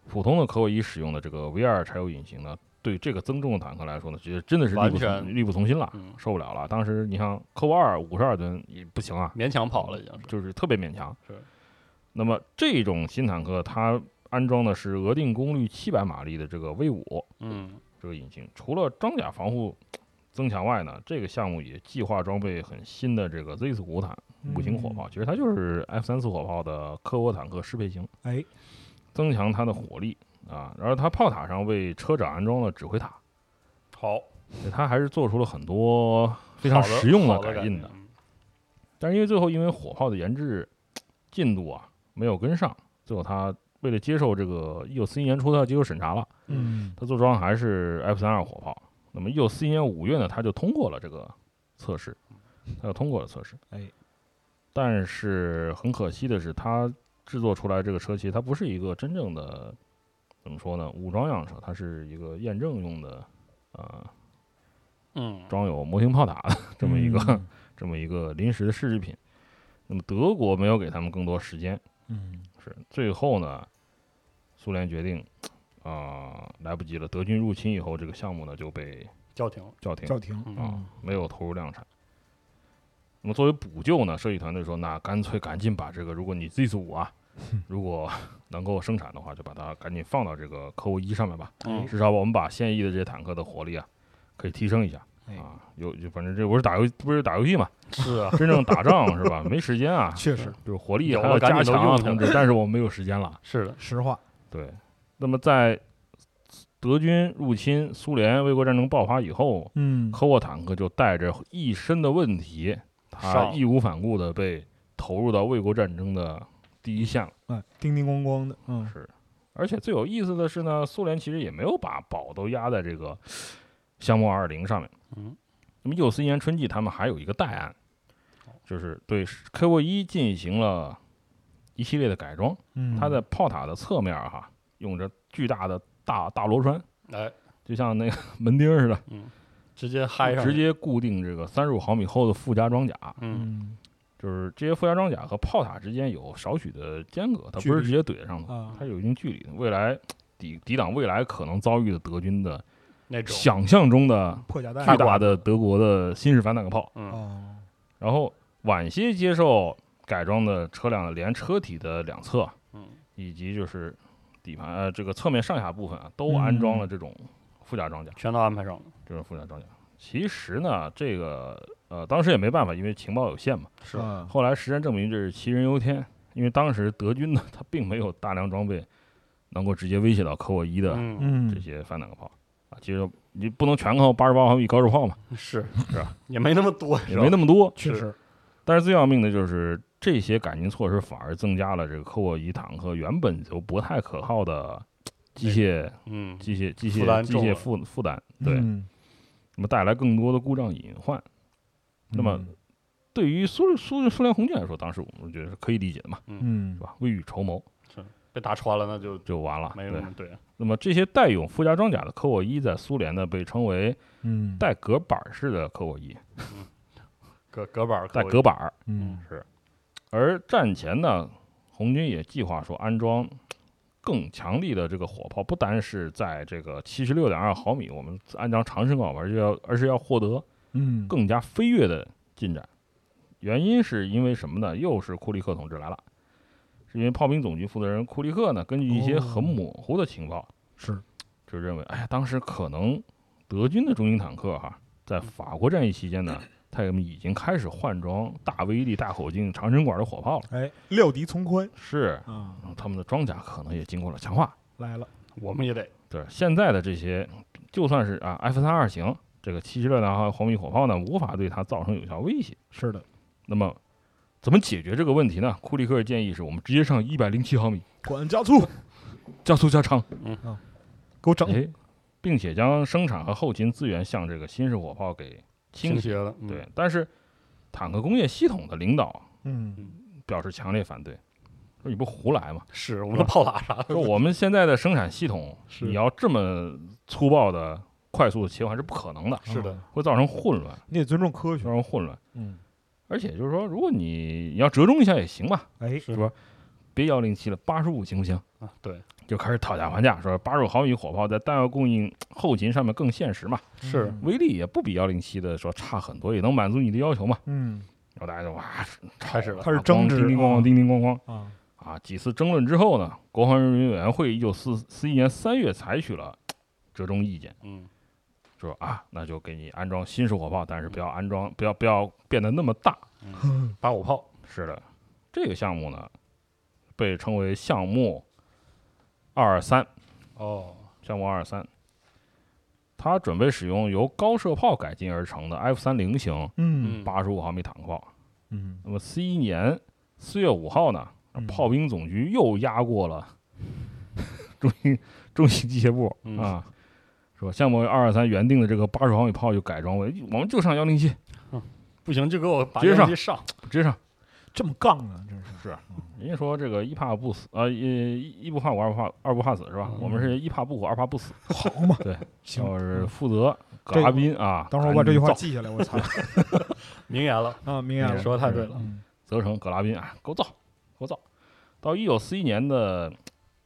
普通的科沃伊使用的这个 V 二柴油引擎呢，对这个增重的坦克来说呢，其实真的是力完不全从力不从心了，嗯受不了了。当时你像科沃二五十二吨也不行啊，勉强跑了，已经是，就是特别勉强。嗯是。那么这种新坦克它安装的是额定功率七百马力的这个 V 五嗯，这个引擎，除了装甲防护增强外呢，这个项目也计划装备很新的这个 Z 四五坦嗯五型火炮，其实它就是 F 三四火炮的科沃坦克适配型，哎，增强它的火力啊。然后它炮塔上为车长安装了指挥塔，好，所以它还是做出了很多非常好的实用好的的改进的觉。嗯但是因为最后因为火炮的研制进度啊没有跟上，最后他为了接受这个一九四一年初他要接受审查了，嗯，他做装还是 F 三二火炮。那么一九 E 四一年五月呢，他就通过了这个测试，他就通过了测试。哎，但是很可惜的是，他制作出来这个车其实它不是一个真正的怎么说呢，武装样车，它是一个验证用的，呃，嗯，装有模型炮塔的 这么一个、嗯，这么一个临时的试制品。那么德国没有给他们更多时间，嗯， 是最后呢，苏联决定，啊、来不及了，德军入侵以后，这个项目呢就被叫停了，叫停叫停，嗯啊，没有投入量产。那么作为补救呢，设计团队说，那干脆赶紧把这个，如果你 Z 四五啊，如果能够生产的话，就把它赶紧放到这个科沃伊上面吧，嗯至少我们把现役的这些坦克的火力啊，可以提升一下哎啊。有就反正这不是打游不是打游戏嘛，是啊，真正打仗是吧？没时间啊，确实就是火力有还要了赶加紧都强啊，用去同 志。但是我们没有时间了。是的，实话，对，那么在德军入侵苏联、卫国战争爆发以后，嗯，科沃坦克就带着一身的问题，它上义无反顾的被投入到卫国战争的第一线了。哎，叮叮咣咣的，嗯，是，而且最有意思的是呢，苏联其实也没有把宝都压在这个项目二零上面。嗯，那么一九四一年春季，他们还有一个代案，哦就是对 K 沃一进行了一系列的改装。嗯，它的炮塔的侧面儿哈，用着巨大的大大螺栓，哎，就像那个 门钉儿似的，嗯，直接嗨上，嗯直，接固定这个三十五毫米厚的附加装甲。嗯，嗯就是这些附加装甲和炮塔之间有少许的间隔，它距不是离直接怼在上头，啊它，有一定距离的。未来抵抵挡未来可能遭遇的德军的那种，想象中的破甲弹巨大的德国的新式反坦克炮，嗯，哦，然后晚些接受改装的车辆连车体的两侧嗯，以及就是底盘呃这个侧面上下部分啊，都安装了这种副甲装甲，全都安排上了。这种副甲装甲。其实呢，这个呃当时也没办法，因为情报有限嘛。是啊，后来实战证明这是杞人忧天，因为当时德军呢，他并没有大量装备能够直接威胁到科沃伊的嗯，嗯这，些反坦克炮啊。其实你不能全靠八十八毫米高射炮嘛，嗯是啊是吧？也没那么多，也没那么多。确是啊实，但是最要命的就是这些改进措施反而增加了这个科沃伊坦克原本就不太可靠的机械、嗯，机械、机负担械、机重械了负负担，对，嗯那么带来更多的故障隐患。那么对于苏苏苏联红军来说，当时我们觉得是可以理解的嘛，嗯是，吧？未雨绸缪被打穿了那就就完了，没对那么对，那么这些带有附加装甲的科沃伊，在苏联呢被称为嗯，带隔板式的科沃伊，隔隔板儿带可以隔板儿嗯是。而战前呢，红军也计划说安装更强力的这个火炮，不单是在这个七十六点二毫米我们安装长身高而是要而是要获得嗯，更加飞跃的进展。原因是因为什么呢？又是库利克同志来了，是因为炮兵总局负责人库利克呢，根据一些很哦模糊的情报，是就认为，哎呀，当时可能德军的中型坦克哈，在法国战役期间呢，他们已经开始换装大威力、大口径、长城管的火炮了。哎，料敌从宽是，啊，然后他们的装甲可能也经过了强化。来了，我们也得对，现在的这些，就算是啊 F 三二型这个七十六毫毫米火炮呢，无法对它造成有效威胁。是的，那么，怎么解决这个问题呢？库利克建议是我们直接上一百零七毫米，管加速，加速加长。给我整，哎，并且将生产和后勤资源向这个新式火炮给倾倾斜。斜了，嗯对，，但是坦克工业系统的领导嗯表示强烈反对，说你不胡来吗？是我们的炮塔啥 的，说我们现在的生产系统，是你要这么粗暴的、快速的切换是不可能的，是的，会造成混乱，你得尊重科学，造成混乱。嗯，而且就是说，如果你你要折中一下也行吧，哎，是吧？别幺零七了，八十五行不行？啊，对，就开始讨价还价，说八十五毫米火炮在弹药供应后勤上面更现实嘛，是嗯威力也不比幺零七的说差很多，也能满足你的要求嘛。嗯然后大家就哇，开始了，开始争执叮叮咣啊咣，叮叮咣咣。啊，啊，几次争论之后呢，国防人民委员会一九四四一年三月采取了折中意见，嗯，说啊，那就给你安装新式火炮，但嗯是不要安装，不要不要变得那么大。打火炮，是的，这个项目呢，被称为项目二二三，哦，项目二二三，它准备使用由高射炮改进而成的 F 三零型嗯八十五毫米坦克炮。嗯，那么四一年四月五号呢，嗯炮兵总局又压 过了中型中型机械部、嗯啊，说项目二二三原定的这个八十毫米炮就改装为，我们就上幺零七，不行就给我把直接上机上，直接上。这么杠呢，真是人家说这个一怕不死，呃，一一不怕苦，二不怕二不怕死是吧？嗯我们是一怕不苦，二怕不死。 好嘛，对，行，要是嗯负责这嘎宾啊，等会儿我把这句话赶紧记下来，我操明言了，啊，明你眼了，说得太对了，嗯造责成格拉宾啊，给我造，给我造。到一九四一年的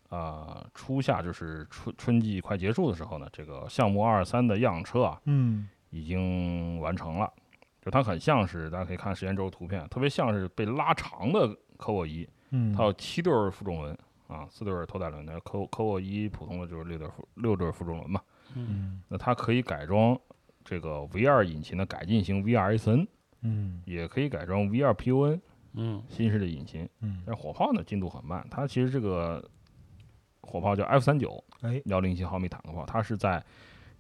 啊、呃初夏，就是春春季快结束的时候呢，这个项目二二三的样车啊，嗯已经完成了，就它很像是大家可以看时间轴图片，啊特别像是被拉长的科沃伊，嗯，它有七对儿负重轮啊，四对儿头带轮，那科科沃伊普通的就是六对儿负六对儿负重轮嘛。嗯那它可以改装这个 V 2引擎的改进型 V R S N，嗯也可以改装 V 2 P O N 嗯，新式的引擎。嗯，但是火炮呢进度很慢，它其实这个火炮叫 F 三九哎，幺零七毫米坦克炮，它是在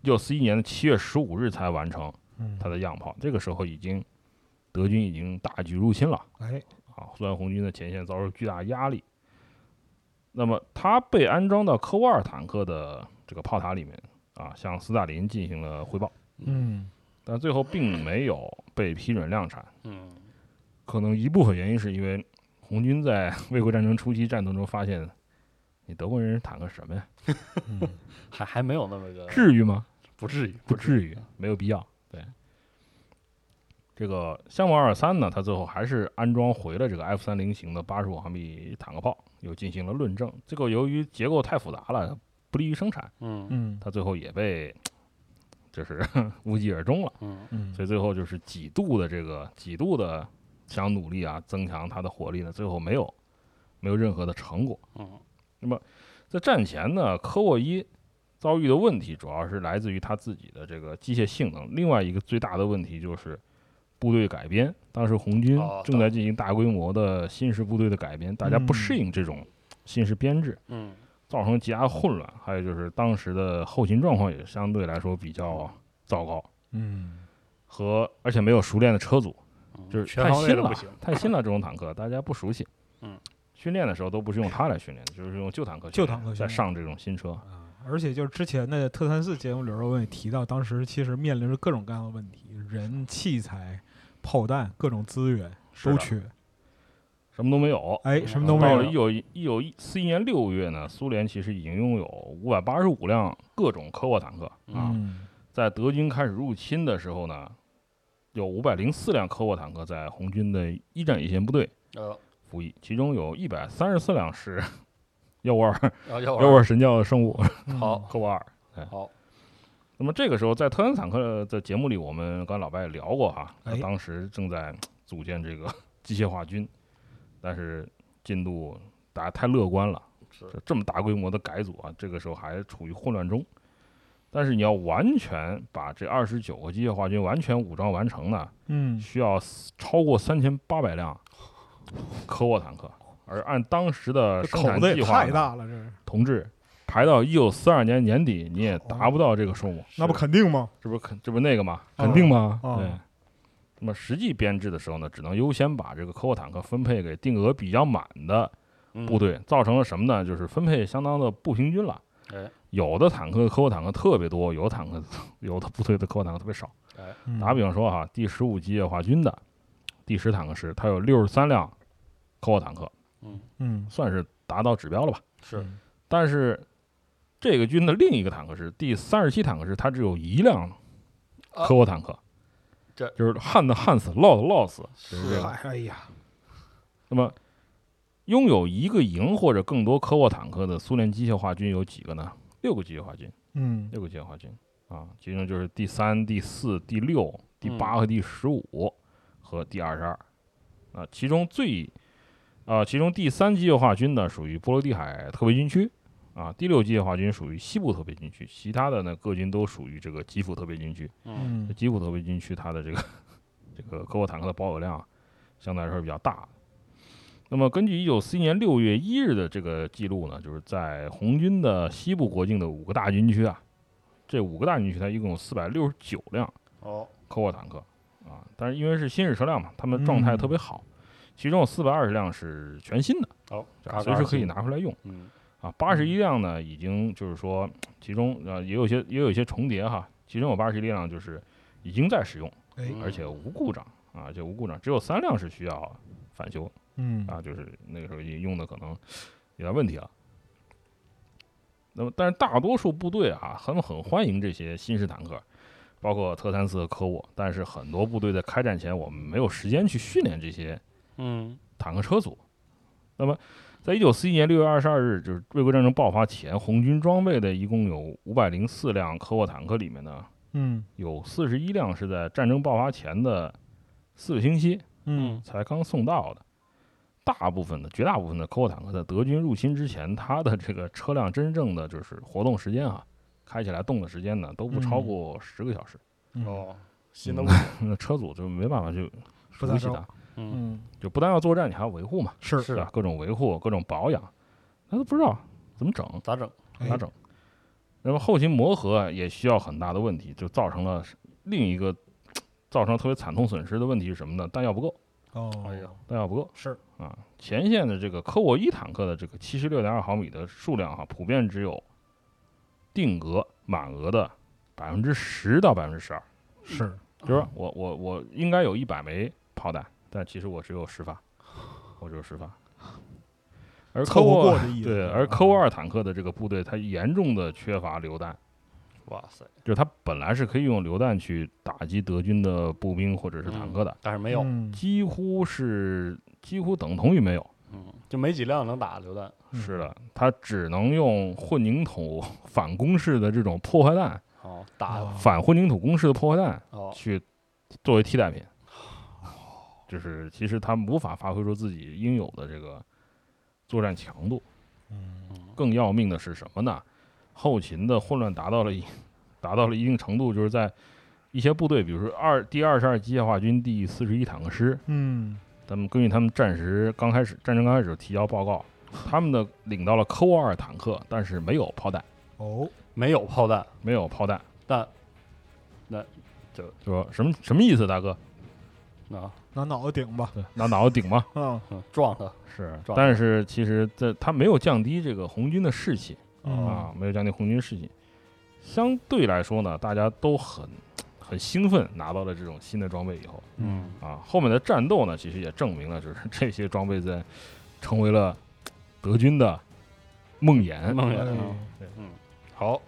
一九四一年的七月十五日才完成。嗯它的样炮。这个时候已经德军已经大举入侵了哎，啊，苏联红军的前线遭受巨大压力。那么它被安装到科沃尔坦克的这个炮塔里面啊，向斯大林进行了汇报，嗯但最后并没有被批准量产。嗯，可能一部分原因是因为红军在 卫国战争初期战斗中发现，你德国人坦克什么呀？嗯还还没有那么个，至于吗？不至于，不至于，没有必要。对，这个项目二三呢，它最后还是安装回了这个 F 三零型的八十五毫米坦克炮，又进行了论证。这个由于结构太复杂了，不利于生产，嗯嗯它最后也被就是 无疾而终了。嗯，嗯，所以最后就是几度的这个几度的想努力啊，增强它的火力呢，最后没有没有任何的成果。嗯，那么在战前呢，科沃伊遭遇的问题主要是来自于它自己的这个机械性能，另外一个最大的问题就是部队改编。当时红军哦正在进行大规模的新式部队的改编，大家不适应这种新式编制，嗯，造成极大的混乱。还有就是当时的后勤状况也相对来说比较糟糕，嗯，和而且没有熟练的车组，嗯就是全太方位新的了不行，太新了这种坦 克大家不熟悉。嗯，训练的时候都不是用它来训练，就是用旧坦克训旧练。坦克训在练上这种新车。而且就是之前的特三四节目里头，我也提到，当时其实面临着各种各样的问题，人、器材、炮弹、各种资源是都的啊缺，什么都没有。哎，什么都没到了有一。九一九一四一年六月呢，苏联其实已经拥有五百八十五辆各种科沃坦克啊。嗯，在德军开始入侵的时候呢，有五百零四辆科沃坦克在红军的一战一线部队呃，服役，其中有一百三十四辆是 幺五二要要幺五二神教的圣物嗯好，科沃二。好，那么这个时候，在特恩坦克的节目里，我们跟老白也聊过哈，他哎当时正在组建这个 机械化军，但是进度大家太乐观了，是这这么大规模的改组啊，这个时候还处于混乱中。但是你要完全把这二十九个机械化军完全武装完成呢，嗯，需要 s- 超过三千八百辆 科沃坦克，而按当时的这生口产子计也划太呢，大了，这是同志排到一九四二年年底，你也达不到这个数目。那不肯定吗？这不是肯这不是那个吗？哦肯定吗？哦对。那么实际编制的时候呢，只能优先把这个科沃坦克分配给定额比较满的嗯部队，造成了什么呢？就是分配相当的不平均了。哎有的坦克科沃坦克特别多，有的坦克 有的部队的科沃坦克特别少。嗯打比方说哈，第十五机械化军的第十坦克师，它有六十三辆科沃坦克，嗯，嗯，算是达到指标了吧？是但是这个军的另一个坦克师，第三十七坦克师，它只有一辆啊科沃坦克，这就是旱的旱死，涝的涝死。嗯是啊哎哎呀，那么，拥有一个营或者更多科沃坦克的苏联机械化军有几个呢？六个机械化军，嗯，六个机械化军啊，其中就是第三、第四、第六、第嗯八和第十五和第二十二啊，其中最啊、其中第三机械化军呢属于波罗的海特别军区啊，第六机械化军属于西部特别军区，其他的呢各军都属于这个基辅特别军区。嗯嗯，基辅特别军区它的这个这个科沃坦克的保有量啊相对来说是比较大的。那么根据一九四一年六月一日的这个记录呢，就是在红军的西部国境的五个大军区啊，这五个大军区它一共有四百六十九辆哦，科沃坦克啊，但是因为是新式车辆嘛，他们状态特别好，其中有四百二十辆是全新的，好，这样随时可以拿回来用。嗯，啊，八十一辆呢，已经就是说，其中呃也有些也有一些重叠哈，其中有八十一辆就是已经在使用，哎嗯而且无故障啊，就无故障，只有三辆是需要返修嗯，啊，就是那个时候已经用的可能有点问题了。那么，但是大多数部队啊，他们很欢迎这些新式坦克，包括特三四和科沃，但是很多部队在开战前，我们没有时间去训练这些嗯，坦克车组。那么，在一九四一年六月二十二日，就是卫国战争爆发前，红军装备的一共有五百零四辆科沃坦克，里面呢嗯有四十一辆是在战争爆发前的四个星期嗯，才刚送到的。大部分的、绝大部分的科沃坦克在德军入侵之前，它的这个车辆真正的就是活动时间啊，开起来动的时间呢，都不超过十个小时。嗯，哦，嗯新的不行， 那车组就没办法就不熟咋悉它着，，嗯，嗯，就不但要作战，你还要维护嘛。是是对吧？各种维护、各种保养，他都不知道怎么整，咋整？哎咋整？那么后勤磨合啊也需要很大的问题，就造成了另一个造成特别惨痛损失的问题是什么呢？弹药不够，哦，哎呀，弹药不够是啊！前线的这个科沃伊坦克的这个七十六点二毫米的数量哈，普遍只有定额满额的百分之十到百分之十二，是，就是说我我我应该有一百枚炮弹，但其实我只有十发，我只有十发。而科凑合沃过的啊意思。对，而科沃，二坦克的这个部队，它严重的缺乏榴弹，哇塞，就是它本来是可以用榴弹去打击德军的步兵或者是坦克的，嗯但是没有，嗯几乎是几乎等同于没有。嗯，就没几辆能打榴弹，嗯是的，它只能用混凝土反攻式的这种破坏啊弹，哦，打，哦反混凝土攻势的破坏弹哦，去作为替代品，啊就是其实他们无法发挥出自己应有的这个作战强度。嗯更要命的是什么呢？后勤的混乱达到了一 达到了一定程度，就是在一些部队，比如说二第二十二机械化军第四十一坦克师，嗯他们根据他们战时刚开始战争刚开始提交报告，他们的领到了扣二坦克，但是没有炮弹，哦，没有炮弹，没有炮弹，但就说什么什么意思，大哥？啊、拿脑袋顶吧，拿脑袋顶吗？啊，嗯撞他，是，撞但是其实这他没有降低这个红军的士气嗯啊，没有降低红军士气。相对来说呢，大家都很很兴奋，拿到了这种新的装备以后嗯，啊，后面的战斗呢，其实也证明了，就是 这些装备在成为了德军的梦魇。梦哎魇啊，嗯好，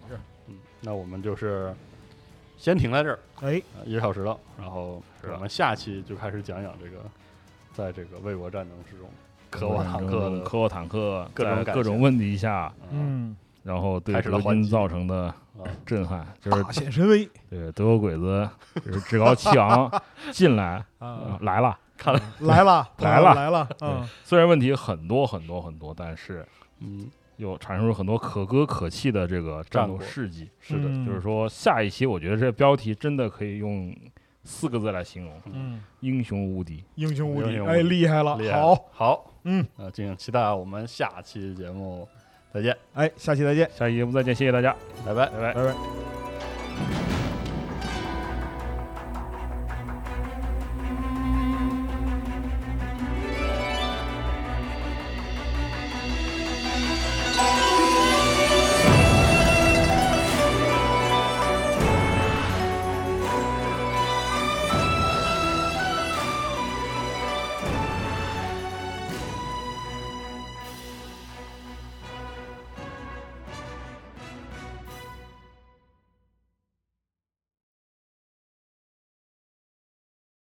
嗯，那我们就是先停在这儿，哎，呃一个小时了，然后是的啊我们下期就开始讲讲这个，在这个卫国战争之中，科沃沃坦克的科沃坦克各种在感各种情问题下，嗯嗯，然后对开始了德还军击造成的啊震撼，就是大显神威对德国鬼子 就是趾高气昂 进来啊啊，来了。来了 来了来了啊，虽然问题很多很多很多，但是嗯，又产生了很多可歌可泣的这个战斗战果事迹。是的，嗯就是说，下一期我觉得这标题真的可以用四个字来形容：嗯，英雄无敌。英雄无敌英，雄无敌哎，厉害了厉，害，好，，好，嗯，那敬请期待啊，我们下期节目再见，哎，下期再见，下期节目再见，谢谢大家，拜拜。拜拜拜。拜。